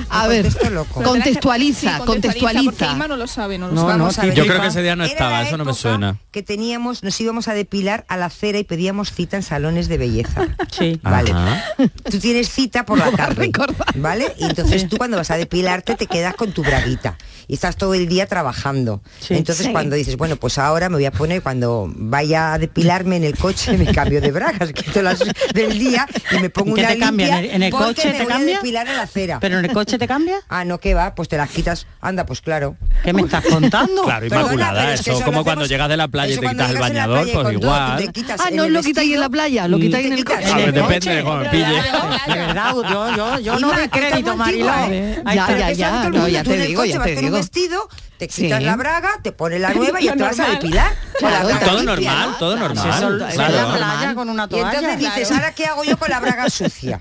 Speaker 5: A ver, contextualiza,
Speaker 8: Sí,
Speaker 5: contextualiza.
Speaker 8: Porque Inma no lo sabe, no lo
Speaker 10: No,
Speaker 8: sabe.
Speaker 10: no,
Speaker 8: Vamos a ver.
Speaker 6: Yo creo que ese día no estaba,
Speaker 10: la
Speaker 6: eso no me suena.
Speaker 10: que teníamos, nos íbamos a depilar a la acera y pedíamos cita en salones de belleza.
Speaker 7: Sí.
Speaker 10: Vale.
Speaker 6: Ajá.
Speaker 10: Tú tienes cita por la tarde. ¿Vale? Y entonces tú cuando vas a depilarte te quedas con tu braguita. Y estás todo el día trabajando.
Speaker 7: Sí.
Speaker 10: entonces
Speaker 7: Sí.
Speaker 10: cuando dices, bueno, pues ahora me voy a poner, cuando vaya a depilarme en el coche, me cambio de bragas, quito las del día y me pongo
Speaker 7: ¿Qué
Speaker 10: una
Speaker 7: te cambia?
Speaker 10: limpia
Speaker 7: ¿En el- en el
Speaker 10: porque
Speaker 7: coche
Speaker 10: me
Speaker 7: te
Speaker 10: voy a
Speaker 7: cambia?
Speaker 10: depilar a la acera.
Speaker 7: ¿Pero en el coche te cambia?
Speaker 10: Ah, no, que va, pues te las quitas. Anda, pues claro.
Speaker 7: ¿Qué me estás contando?
Speaker 6: Claro,
Speaker 10: Perdona,
Speaker 6: inmaculada,
Speaker 10: pero es que
Speaker 6: eso,
Speaker 10: eso
Speaker 6: como
Speaker 10: lo
Speaker 6: cuando
Speaker 10: hacemos-
Speaker 6: llegas de la playa y
Speaker 10: eso
Speaker 6: te
Speaker 10: cuando
Speaker 6: quitas el
Speaker 10: llegas en la
Speaker 6: bañador,
Speaker 10: playa
Speaker 6: pues
Speaker 10: con todo, tú te
Speaker 6: igual.
Speaker 10: quitas
Speaker 5: Ah,
Speaker 10: en
Speaker 5: no
Speaker 10: el
Speaker 5: lo quitáis en la playa, lo
Speaker 6: Mm.
Speaker 5: quitáis en el
Speaker 10: quitas
Speaker 5: coche.
Speaker 6: A ver, depende de cómo me pille.
Speaker 7: ¿Verdad? Yo, yo, yo no
Speaker 10: Inma,
Speaker 7: doy
Speaker 10: que
Speaker 7: crédito,
Speaker 10: estamos antiguos,
Speaker 7: Mariló.
Speaker 10: ¿eh?
Speaker 7: Ahí está.
Speaker 5: Ya, ya,
Speaker 10: Eso sabe
Speaker 5: ya,
Speaker 10: todo el
Speaker 5: no,
Speaker 10: mundo.
Speaker 5: ya
Speaker 10: Tú
Speaker 5: te
Speaker 10: en el
Speaker 5: digo,
Speaker 10: coche
Speaker 5: ya
Speaker 10: vas
Speaker 5: te
Speaker 10: con un
Speaker 5: digo.
Speaker 10: vestido, te quitas
Speaker 5: Sí.
Speaker 10: la braga, te pones la nueva y ya
Speaker 5: Lo
Speaker 10: te vas a
Speaker 5: normal.
Speaker 10: depilar. con la
Speaker 5: Claro,
Speaker 10: braga
Speaker 6: Todo
Speaker 10: limpia,
Speaker 6: normal,
Speaker 10: ¿no?
Speaker 6: todo
Speaker 7: eso-
Speaker 6: normal.
Speaker 7: eso
Speaker 6: claro.
Speaker 7: es la playa con una
Speaker 10: Y
Speaker 7: toalla.
Speaker 10: entonces dices,
Speaker 7: Claro.
Speaker 10: ¿ahora qué hago yo con la braga sucia?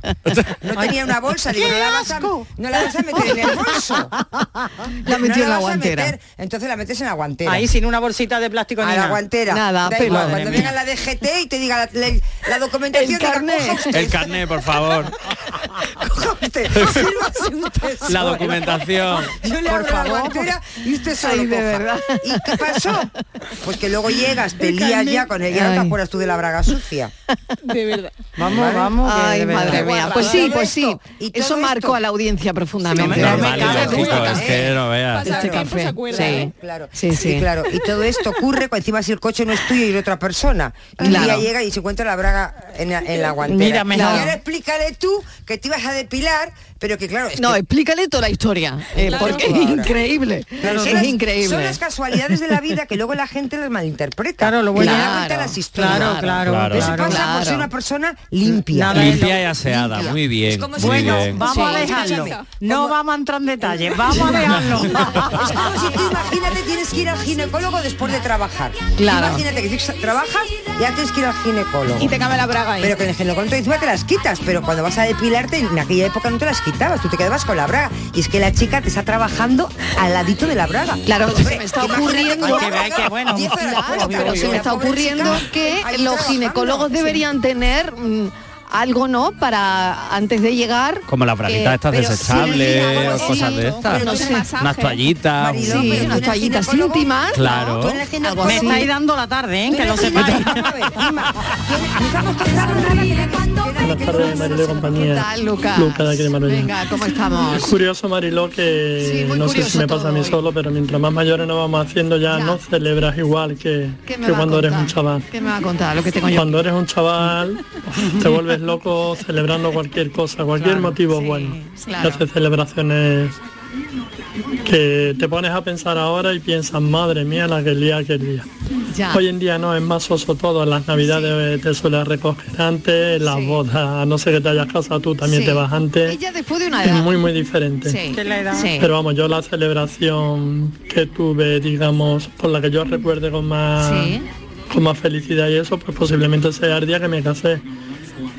Speaker 10: No tenía una bolsa, digo,
Speaker 7: ¡Qué
Speaker 10: no la vas a,
Speaker 7: asco!
Speaker 10: no la vas a meter en el bolso.
Speaker 5: La
Speaker 10: No
Speaker 5: metió en la
Speaker 10: vas a
Speaker 5: guantera.
Speaker 10: meter, entonces la metes en la guantera.
Speaker 7: Ahí sin una bolsita de plástico ni
Speaker 10: a la
Speaker 7: nada.
Speaker 10: guantera.
Speaker 5: Nada,
Speaker 10: Da
Speaker 5: pero-
Speaker 10: igual,
Speaker 5: Madre
Speaker 10: cuando
Speaker 5: mía.
Speaker 10: venga la DGT y te diga la, la- la documentación
Speaker 5: El
Speaker 10: diga,
Speaker 5: carné.
Speaker 10: "Coja usted,
Speaker 6: El carnet, por favor.
Speaker 10: coja usted, sírvase usted
Speaker 6: La
Speaker 10: sola".
Speaker 6: documentación.
Speaker 10: Yo le
Speaker 5: Por
Speaker 10: abro la
Speaker 5: favor.
Speaker 10: guantera y usted solo
Speaker 5: Ay, de
Speaker 10: coja.
Speaker 5: verdad.
Speaker 10: ¿Y qué pasó? Pues que luego llegas, te lías ya con el ya no
Speaker 5: Ay.
Speaker 10: te acuerdas tú de la braga sucia.
Speaker 8: De verdad.
Speaker 7: Vamos,
Speaker 10: Vale.
Speaker 7: vamos. que
Speaker 5: Ay,
Speaker 7: de verdad.
Speaker 5: madre mía. Pues sí, pues sí.
Speaker 10: Y todo
Speaker 5: Eso marcó
Speaker 10: esto.
Speaker 5: a la audiencia profundamente.
Speaker 6: Sí, normal,
Speaker 5: Este
Speaker 6: lógico,
Speaker 5: café.
Speaker 6: es que no veas.
Speaker 8: Pasado
Speaker 5: Este
Speaker 8: tiempo se
Speaker 5: café.
Speaker 8: acuerda,
Speaker 5: Sí.
Speaker 8: ¿eh?
Speaker 10: Claro.
Speaker 5: Sí, sí.
Speaker 10: Y claro, y todo esto ocurre cuando encima si el coche no es tuyo y de otra persona. Y un
Speaker 5: Claro.
Speaker 10: día llega y se encuentra la braga en la, en la guantera.
Speaker 7: Mira, mejor.
Speaker 10: Y ahora explícale tú que te ibas a depilar, pero que claro, es
Speaker 5: No,
Speaker 10: que-
Speaker 5: explícale toda la historia, eh,
Speaker 10: Claro.
Speaker 5: porque es
Speaker 10: Claro.
Speaker 5: increíble.
Speaker 10: Claro,
Speaker 5: es
Speaker 10: son las-
Speaker 5: increíble.
Speaker 10: Son las casualidades de la vida que luego la gente las malinterpreta.
Speaker 7: Claro, lo bueno
Speaker 10: Y le da
Speaker 5: Claro,
Speaker 10: vuelta a las historias.
Speaker 7: claro, claro,
Speaker 6: Claro.
Speaker 10: Eso
Speaker 7: claro.
Speaker 10: pasa por ser
Speaker 5: Claro.
Speaker 10: una persona limpia.
Speaker 7: Nada,
Speaker 6: Limpia y aseada, muy
Speaker 10: Es
Speaker 6: bien,
Speaker 10: como si-
Speaker 6: muy
Speaker 7: Bueno,
Speaker 6: bien.
Speaker 7: vamos
Speaker 5: Sí.
Speaker 7: a dejarlo. No vamos a entrar en detalles, vamos a dejarlo.
Speaker 10: Es como si tú imagínate tienes que ir al ginecólogo después de trabajar.
Speaker 5: Claro.
Speaker 10: Imagínate que tú trabajas y ya tienes que ir al ginecólogo.
Speaker 8: Y te cambia la braga ahí.
Speaker 10: Pero que en el ginecólogo te dice, "Bueno, te las quitas, pero cuando vas a depilarte, en aquella época no te las quitabas, tú te quedabas con la braga. Y es que la chica te está trabajando al ladito de la braga.
Speaker 5: Claro, se me está
Speaker 10: imagínate
Speaker 5: ocurriendo-
Speaker 10: cuando-
Speaker 7: Que vea que, bueno,
Speaker 10: Diez horas
Speaker 5: Claro,
Speaker 10: puesta,
Speaker 5: pero
Speaker 10: porque
Speaker 5: se me
Speaker 10: la
Speaker 5: está
Speaker 10: pobre
Speaker 5: ocurriendo
Speaker 10: chica
Speaker 5: que
Speaker 10: ahí
Speaker 5: los
Speaker 10: trabajando.
Speaker 5: ginecólogos
Speaker 10: Sí.
Speaker 5: deberían tener mm, algo, ¿no? Para antes de llegar.
Speaker 6: Como las braguitas
Speaker 5: eh,
Speaker 6: estas
Speaker 5: pero
Speaker 6: desechables,
Speaker 5: sí, algo así.
Speaker 6: cosas de estas.
Speaker 5: no sé.
Speaker 6: Unas toallitas.
Speaker 10: Mariló,
Speaker 6: un-
Speaker 10: pero
Speaker 5: Sí,
Speaker 10: tú
Speaker 5: unas
Speaker 10: eres
Speaker 5: toallitas
Speaker 10: ginecólogo.
Speaker 5: íntimas.
Speaker 6: Claro.
Speaker 10: Tú en el ginecólogo-
Speaker 7: me estáis dando la tarde, ¿eh? que lo sepáis.
Speaker 28: Buenas tardes, Mariló y compañía.
Speaker 5: ¿Qué tal, Lucas?
Speaker 28: Lucas de aquí de Marbella.
Speaker 5: Venga, ¿cómo estamos?
Speaker 28: Curioso, Mariló, que
Speaker 5: Sí, muy
Speaker 28: no sé
Speaker 5: curioso
Speaker 28: si me pasa a mí
Speaker 5: todo hoy.
Speaker 28: solo, pero mientras más mayores nos vamos haciendo ya, no celebras igual que,
Speaker 5: ¿Qué me
Speaker 28: que
Speaker 5: va a
Speaker 28: cuando eres un
Speaker 5: contar?
Speaker 28: chaval.
Speaker 5: ¿Qué me va a contar? Lo que tengo yo.
Speaker 28: Cuando eres un chaval te vuelves loco celebrando cualquier cosa, cualquier motivo es bueno.
Speaker 5: claro.
Speaker 28: Te haces celebraciones que te pones a pensar ahora y piensas, madre mía, la que lía aquel día.
Speaker 5: Ya.
Speaker 28: Hoy en día no, es más soso todo. En las navidades te sueles recoger antes, en las bodas, a no sé que te hayas casado tú, también
Speaker 5: Sí.
Speaker 28: te vas antes.
Speaker 5: Ella después de una
Speaker 28: Es
Speaker 5: edad.
Speaker 28: muy, muy diferente.
Speaker 5: Sí.
Speaker 7: Que la edad.
Speaker 5: Sí.
Speaker 28: Pero vamos, yo la celebración que tuve, digamos, por la que yo recuerde con más,
Speaker 5: Sí.
Speaker 28: con más felicidad y eso, pues posiblemente sea el día que me casé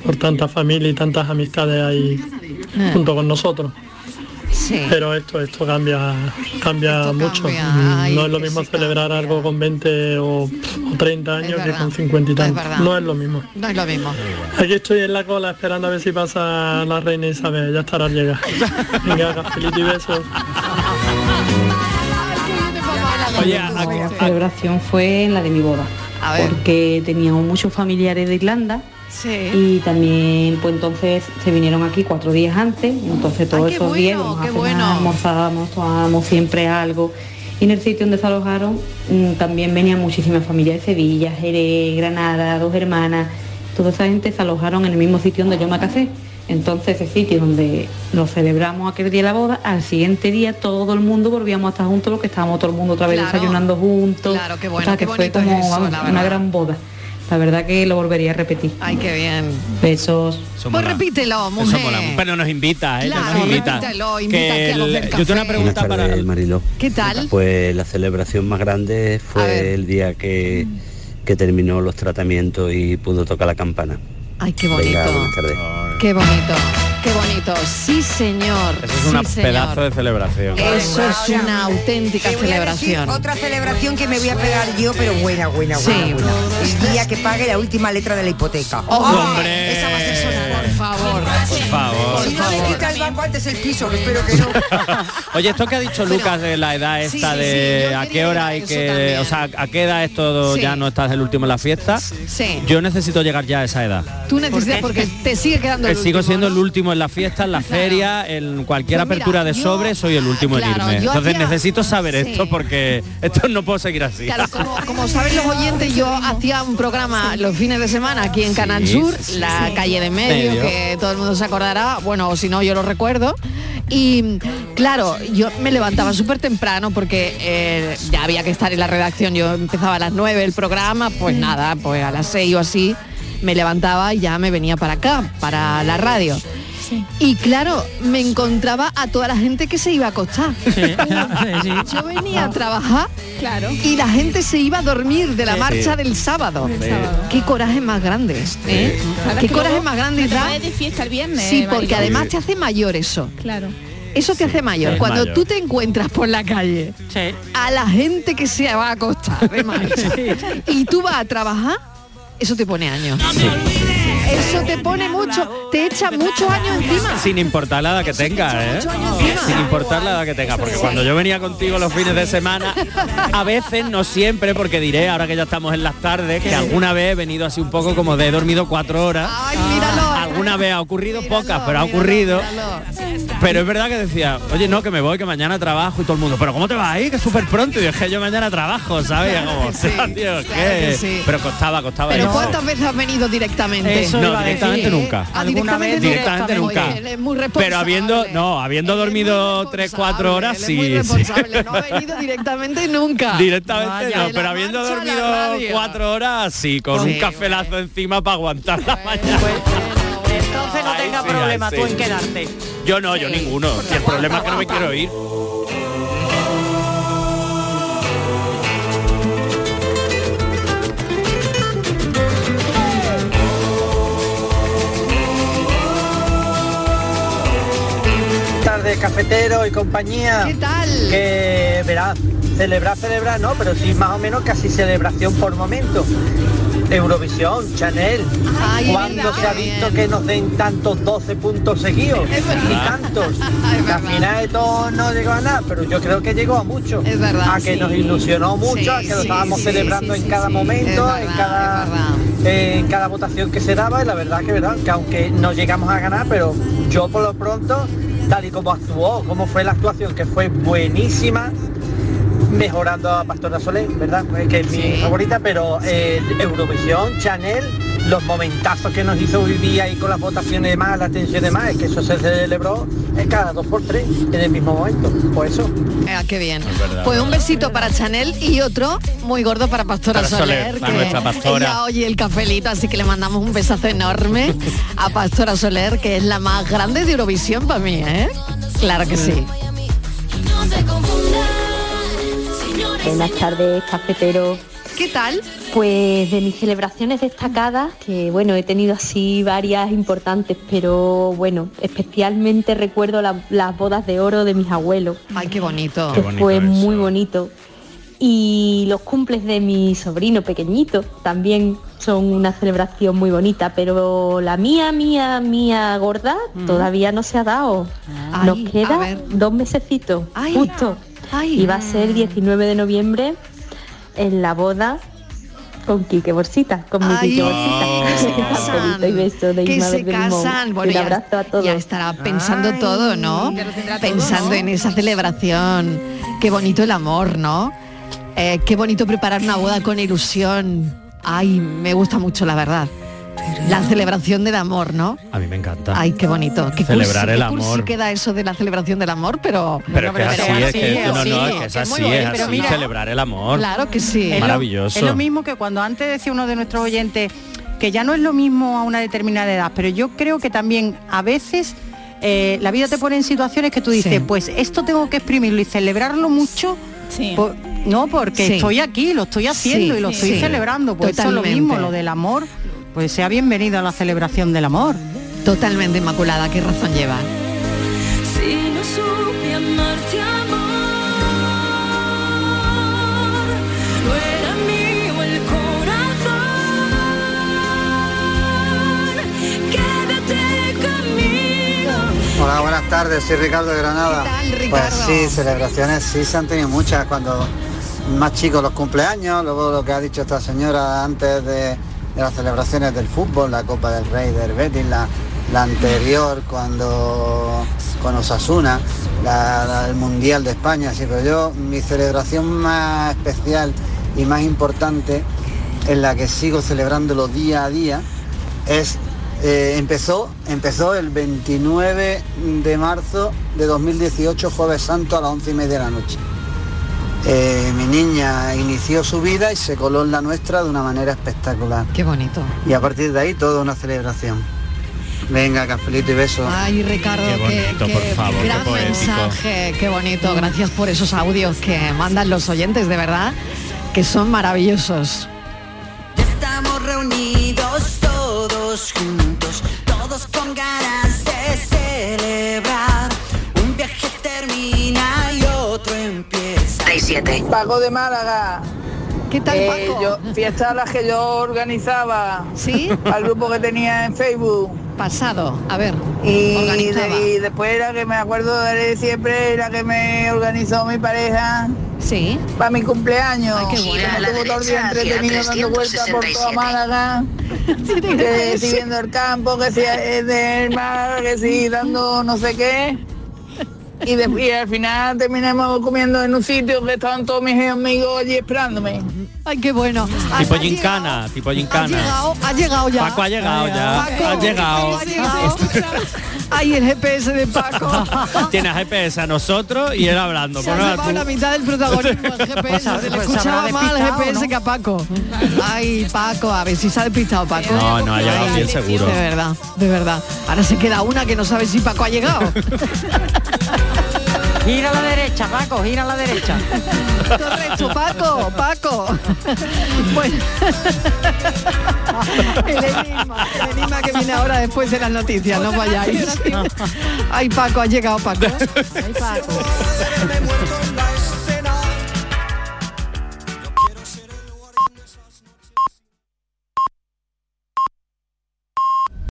Speaker 28: por tanta familia y tantas amistades ahí
Speaker 5: Ah.
Speaker 28: junto con nosotros.
Speaker 5: Sí.
Speaker 28: Pero esto, esto cambia, cambia mucho.
Speaker 5: cambia, ay,
Speaker 28: no es lo
Speaker 5: que
Speaker 28: mismo
Speaker 5: sí
Speaker 28: celebrar algo con 20 o, o 30 años que
Speaker 5: verdad.
Speaker 28: con 50 y
Speaker 5: Es
Speaker 28: tantos.
Speaker 5: verdad.
Speaker 28: no es lo mismo.
Speaker 5: No es lo mismo.
Speaker 28: Aquí estoy en la cola esperando a ver si pasa la reina Isabel, ya estará al llegar. Venga, cafelito y besos.
Speaker 5: Oye,
Speaker 29: La celebración fue la de mi boda, porque teníamos muchos familiares de Irlanda
Speaker 5: Sí.
Speaker 29: y también pues entonces se vinieron aquí cuatro días antes, entonces todos
Speaker 5: qué
Speaker 29: esos días
Speaker 5: bueno,
Speaker 29: íbamos a
Speaker 5: qué
Speaker 29: cenar,
Speaker 5: bueno.
Speaker 29: almorzábamos, tomábamos siempre algo
Speaker 13: Y en el sitio donde se alojaron mm, también venían muchísimas familias de Sevilla, Jerez, Granada, dos hermanas. Toda esa gente se alojaron en el mismo sitio donde yo me casé. Entonces ese sitio donde lo celebramos aquel día la boda, al siguiente día todo el mundo volvíamos a estar juntos porque estábamos todo el mundo otra vez
Speaker 5: Claro.
Speaker 13: desayunando juntos.
Speaker 5: Claro, qué bueno,
Speaker 13: o sea,
Speaker 5: qué
Speaker 13: que fue
Speaker 5: bonito es
Speaker 13: como
Speaker 5: eso,
Speaker 13: vamos,
Speaker 5: la
Speaker 13: una
Speaker 5: verdad.
Speaker 13: gran boda. La verdad que lo volvería a repetir.
Speaker 5: Ay, qué bien.
Speaker 13: Besos.
Speaker 5: Pues repítelo,
Speaker 6: Eso
Speaker 5: mujer.
Speaker 6: mola, pero nos invita, ¿eh?
Speaker 5: Claro,
Speaker 6: nos invita.
Speaker 5: repítelo, invita
Speaker 6: Que
Speaker 5: aquí a los
Speaker 6: el-
Speaker 5: del
Speaker 6: yo tengo una
Speaker 5: café.
Speaker 6: pregunta para...
Speaker 20: Mariló.
Speaker 5: ¿Qué tal?
Speaker 20: Pues la celebración más grande fue el día que, que terminó los tratamientos y pudo tocar la campana.
Speaker 5: Ay, qué
Speaker 20: Venga,
Speaker 5: bonito.
Speaker 20: buenas tardes.
Speaker 5: Qué bonito. Qué bonito. Sí, señor.
Speaker 6: Eso es
Speaker 5: sí,
Speaker 6: una
Speaker 5: señor.
Speaker 6: pedazo de celebración.
Speaker 5: Eso es una auténtica
Speaker 10: Te voy a decir
Speaker 5: celebración.
Speaker 10: otra celebración que me voy a pegar yo, pero buena, buena, buena,
Speaker 5: Sí.
Speaker 10: buena. El día que pague la última letra de la hipoteca.
Speaker 5: Oh,
Speaker 6: ¡Hombre!
Speaker 10: Esa va a ser sonar, por favor.
Speaker 6: Por favor.
Speaker 10: Si no me quita el banco antes el piso, que espero que no.
Speaker 6: Oye, esto que ha dicho Lucas de la edad
Speaker 10: sí,
Speaker 6: esta
Speaker 10: sí,
Speaker 6: de a qué hora hay que, o sea, a qué edad esto
Speaker 5: Sí.
Speaker 6: ya no estás el último en la fiesta.
Speaker 5: Sí.
Speaker 6: Yo necesito llegar ya a esa edad.
Speaker 5: Tú necesitas porque te sigue quedando
Speaker 6: Que
Speaker 5: el
Speaker 6: sigo
Speaker 5: último,
Speaker 6: siendo
Speaker 5: ¿no?
Speaker 6: el último en la fiesta, en la feria, en cualquier
Speaker 5: Pues mira,
Speaker 6: apertura de
Speaker 5: yo-
Speaker 6: sobre, soy el último
Speaker 5: Claro,
Speaker 6: en irme.
Speaker 5: yo
Speaker 6: Entonces
Speaker 5: hacía-
Speaker 6: necesito saber
Speaker 5: Sí.
Speaker 6: esto porque esto no puedo seguir así.
Speaker 5: Claro, como, como saben los oyentes, yo hacía un programa los fines de semana aquí en Canal
Speaker 6: Sí,
Speaker 5: Sur,
Speaker 6: sí, sí,
Speaker 5: la
Speaker 6: sí.
Speaker 5: calle de medio,
Speaker 6: Medio.
Speaker 5: que todo el mundo se acordará, bueno, o si no, yo lo recuerdo. Y claro, yo me levantaba súper temprano porque eh, ya había que estar en la redacción, yo empezaba a las 9 el programa, pues nada, pues a las 6 o así me levantaba y ya me venía para acá, para la radio. Y claro, me encontraba a toda la gente que se iba a acostar. Yo venía a trabajar y la gente se iba a dormir de la
Speaker 3: Sí.
Speaker 5: marcha del sábado.
Speaker 3: Del sábado.
Speaker 5: Qué coraje más grande. ¿eh? Qué coraje más grande
Speaker 8: Te
Speaker 5: da.
Speaker 8: vas de fiesta el viernes.
Speaker 5: Sí,
Speaker 8: Mariló.
Speaker 5: porque además te hace mayor eso.
Speaker 8: Claro.
Speaker 5: Eso te hace mayor.
Speaker 8: es
Speaker 5: Cuando
Speaker 8: mayor.
Speaker 5: tú te encuentras por la calle a la gente que se va a acostar de marcha, y tú vas a trabajar, eso te pone años. Eso te pone mucho, te echa muchos años encima.
Speaker 6: Sin importar la edad que tenga, ¿eh? Sin importar la edad que tenga, porque cuando yo venía contigo los fines de semana, a veces, no siempre, porque diré, ahora que ya estamos en las tardes, que alguna vez he venido así un poco como de he dormido cuatro horas. Alguna vez ha ocurrido, pocas, pero ha ocurrido. Pero es verdad que decía, oye, no, que me voy, que mañana trabajo y todo el mundo, pero ¿cómo te vas ahí? Que es súper pronto y dije, yo mañana trabajo, ¿sabes?
Speaker 5: Claro
Speaker 6: Como,
Speaker 5: que sí,
Speaker 6: "Hostia, tío,
Speaker 5: claro
Speaker 6: ¿qué?".
Speaker 5: que sí.
Speaker 6: Pero costaba, costaba.
Speaker 5: Pero
Speaker 6: irse.
Speaker 5: ¿cuántas veces has venido directamente?
Speaker 6: Eso No, iba a decir. directamente nunca.
Speaker 5: Ah,
Speaker 6: Alguna
Speaker 5: directamente,
Speaker 6: vez
Speaker 5: no.
Speaker 6: directamente nunca.
Speaker 5: Oye, él es muy
Speaker 6: Pero
Speaker 5: responsable.
Speaker 6: habiendo, no, habiendo dormido 3, 4 horas,
Speaker 5: él es muy
Speaker 6: sí, sí.
Speaker 5: responsable, no ha venido directamente nunca.
Speaker 6: Directamente
Speaker 5: Vaya,
Speaker 6: no,
Speaker 5: de la
Speaker 6: pero habiendo
Speaker 5: marcha a la
Speaker 6: dormido
Speaker 5: radio.
Speaker 6: 4 horas, sí, con un cafelazo encima para aguantar la mañana.
Speaker 7: Entonces no tenga
Speaker 6: sí,
Speaker 7: problema
Speaker 6: ahí
Speaker 7: tú
Speaker 6: sí.
Speaker 7: en quedarte.
Speaker 6: Yo no, yo ninguno. Si el problema es que no me quiero ir.
Speaker 18: tardes, cafetero y compañía. ¿Qué
Speaker 5: tal?
Speaker 18: Que verás, celebrar, celebrar, no, pero sí más o menos casi celebración por momento. Eurovisión, Chanel.
Speaker 5: Ay,
Speaker 18: ¿Cuándo
Speaker 5: es
Speaker 18: se ha
Speaker 5: verdad.
Speaker 18: visto que nos den tantos 12 puntos seguidos?
Speaker 5: Es verdad.
Speaker 18: Y tantos. Que al final de todo no llegó a nada, pero yo creo que llegó a mucho.
Speaker 5: Es verdad,
Speaker 18: A que
Speaker 5: sí.
Speaker 18: nos ilusionó mucho, a que
Speaker 5: Sí,
Speaker 18: lo
Speaker 5: sí,
Speaker 18: estábamos
Speaker 5: sí,
Speaker 18: celebrando
Speaker 5: sí,
Speaker 18: en
Speaker 5: sí,
Speaker 18: cada
Speaker 5: sí.
Speaker 18: momento,
Speaker 5: Es
Speaker 18: en
Speaker 5: verdad,
Speaker 18: cada eh, en cada votación que se daba y la verdad que verdad que aunque no llegamos a ganar pero yo por lo pronto tal y como actuó como fue la actuación que fue buenísima mejorando a Pastora Soler verdad Pues que es mi favorita pero eh, Eurovisión Chanel los momentazos que nos hizo vivir ahí con las votaciones y demás la tensión y demás es que eso se celebró eh, cada dos por tres en el mismo momento por eso
Speaker 5: Ah, qué bien
Speaker 18: verdad,
Speaker 5: pues un besito para Chanel y otro muy gordo para Pastora
Speaker 18: Para Soler,
Speaker 5: Soler,
Speaker 18: la
Speaker 5: que
Speaker 18: nuestra pastora.
Speaker 5: ella oye el cafelito, así que le mandamos un besazo enorme a Pastora Soler, que es la más grande de Eurovisión para mí, ¿eh? Claro que sí.
Speaker 30: Buenas tardes, cafetero.
Speaker 5: ¿Qué tal?
Speaker 30: Pues de mis celebraciones destacadas, que bueno, he tenido así varias importantes, pero bueno, especialmente recuerdo la- las bodas de oro de mis abuelos.
Speaker 5: Ay, qué bonito.
Speaker 30: Que
Speaker 5: Qué bonito
Speaker 30: fue muy bonito. Y los cumples de mi sobrino pequeñito también son una celebración muy bonita, pero la mía, mía, mía gorda todavía no se ha dado. Nos
Speaker 5: Mm. Ay, a
Speaker 30: queda
Speaker 5: ver.
Speaker 30: dos mesecitos, justo.
Speaker 5: ay.
Speaker 30: Y va a ser 19 de noviembre en la boda con Quique Borsita, con mi
Speaker 5: Ay,
Speaker 30: Quique Borsita. Cafelito y beso de
Speaker 5: que
Speaker 30: Inma
Speaker 5: se
Speaker 30: Verde Limón.
Speaker 5: casan.
Speaker 30: Y
Speaker 5: Bueno,
Speaker 30: un
Speaker 5: ya,
Speaker 30: abrazo a todos.
Speaker 5: ya estará pensando todo, ¿no? Pensando en esa celebración. Qué bonito el amor, ¿no? Eh, qué bonito preparar una boda con ilusión. Ay, me gusta mucho, la verdad. La celebración del amor, ¿no?
Speaker 6: A mí me encanta.
Speaker 5: Ay, qué bonito. Qué
Speaker 6: Celebrar
Speaker 5: cursi,
Speaker 6: el
Speaker 5: qué cursi
Speaker 6: amor.
Speaker 5: queda eso de la celebración del amor, pero...
Speaker 6: Pero que
Speaker 5: Bueno,
Speaker 6: es
Speaker 5: pero-
Speaker 6: así,
Speaker 5: pero
Speaker 6: es que no,
Speaker 5: así,
Speaker 6: no, es que es
Speaker 5: muy
Speaker 6: así,
Speaker 5: bonito,
Speaker 6: es
Speaker 5: pero
Speaker 6: así,
Speaker 5: mira,
Speaker 6: celebrar el amor.
Speaker 5: Claro que sí.
Speaker 7: Es lo-
Speaker 6: Maravilloso.
Speaker 7: Es lo mismo que cuando antes decía uno de nuestros oyentes que ya no es lo mismo a una determinada edad, pero yo creo que también a veces eh, la vida te pone en situaciones que tú dices, pues esto tengo que exprimirlo y celebrarlo mucho. por- no, porque
Speaker 5: Sí.
Speaker 7: estoy aquí, lo estoy haciendo
Speaker 5: Sí,
Speaker 7: y lo
Speaker 5: sí.
Speaker 7: estoy
Speaker 5: Sí.
Speaker 7: celebrando. Pues eso es lo
Speaker 5: Totalmente.
Speaker 7: mismo, lo del amor. Pues sea bienvenido a la celebración del amor.
Speaker 5: Totalmente inmaculada, qué razón lleva.
Speaker 3: Si no supe amarte amor, no era mío el corazón. Quédate conmigo.
Speaker 31: Hola, buenas tardes, soy Ricardo de Granada. Pues sí, celebraciones sí se han tenido muchas cuando más chicos los cumpleaños, luego lo que ha dicho esta señora antes de, de las celebraciones del fútbol, la Copa del Rey del Betis, la, la anterior cuando con Osasuna, la- la- el Mundial de España, sí, pero yo mi celebración más especial y más importante en la que sigo celebrándolo día a día es eh, empezó empezó el 29 de marzo de 2018 jueves santo a las 11 y media de la noche Eh, mi niña inició su vida y se coló en la nuestra de una manera espectacular
Speaker 5: qué bonito
Speaker 31: y a partir de ahí toda una celebración venga cafelito y besos
Speaker 5: ay Ricardo qué- qué gran mensaje, qué bonito. Gracias por esos audios que mandan los oyentes, de verdad, que son maravillosos.
Speaker 32: Estamos reunidos todos juntos, todos con ganas de celebrar. Un viaje termina y otro empieza.
Speaker 9: Paco de Málaga.
Speaker 5: ¿Qué tal,
Speaker 9: Paco? fiestas las que yo organizaba.
Speaker 5: ¿Sí?
Speaker 9: Al grupo que tenía en Facebook.
Speaker 5: Pasado, a ver,
Speaker 9: y,
Speaker 5: organizaba.
Speaker 9: de- y después la que me acuerdo de siempre, la que me organizó mi pareja.
Speaker 5: Sí.
Speaker 9: Para mi cumpleaños.
Speaker 5: Ay, qué
Speaker 9: Que
Speaker 5: bueno.
Speaker 9: me
Speaker 5: Gira a la
Speaker 9: tuvo todo el día
Speaker 5: derecha hacia
Speaker 9: entretenido dando vueltas por toda
Speaker 5: 367.
Speaker 9: Málaga. que si viendo el campo, que si eh, del mar, que si dando no sé qué. Y, después, al final terminamos comiendo en un sitio que estaban todos mis amigos allí esperándome.
Speaker 5: Ay, qué bueno.
Speaker 6: Tipo gincana, tipo gincana.
Speaker 5: llegado, ha llegado ya.
Speaker 6: Paco ha llegado ya.
Speaker 5: Paco,
Speaker 6: ha llegado.
Speaker 5: Ha llegado. Ay, el GPS de Paco.
Speaker 6: Tiene GPS a nosotros y él hablando.
Speaker 5: Se ha
Speaker 6: Pues nada,
Speaker 5: llevado
Speaker 6: tú-
Speaker 5: la mitad del protagonismo al GPS. se le
Speaker 6: pues
Speaker 5: escuchaba
Speaker 6: habrá
Speaker 5: más al
Speaker 6: despistado,
Speaker 5: GPS que a Paco. Ay, Paco, a ver si se ha despistado Paco.
Speaker 6: No, no, ha llegado bien seguro.
Speaker 5: De verdad, de verdad. Ahora se queda una que no sabe si Paco ha llegado.
Speaker 7: Gira a la derecha, Paco, gira a la derecha.
Speaker 5: Correcto, Paco, Paco. Bueno. El enigma, el enigma que viene ahora después de las noticias, no vayáis. Ay, Paco, ha llegado Paco. Ay, Paco.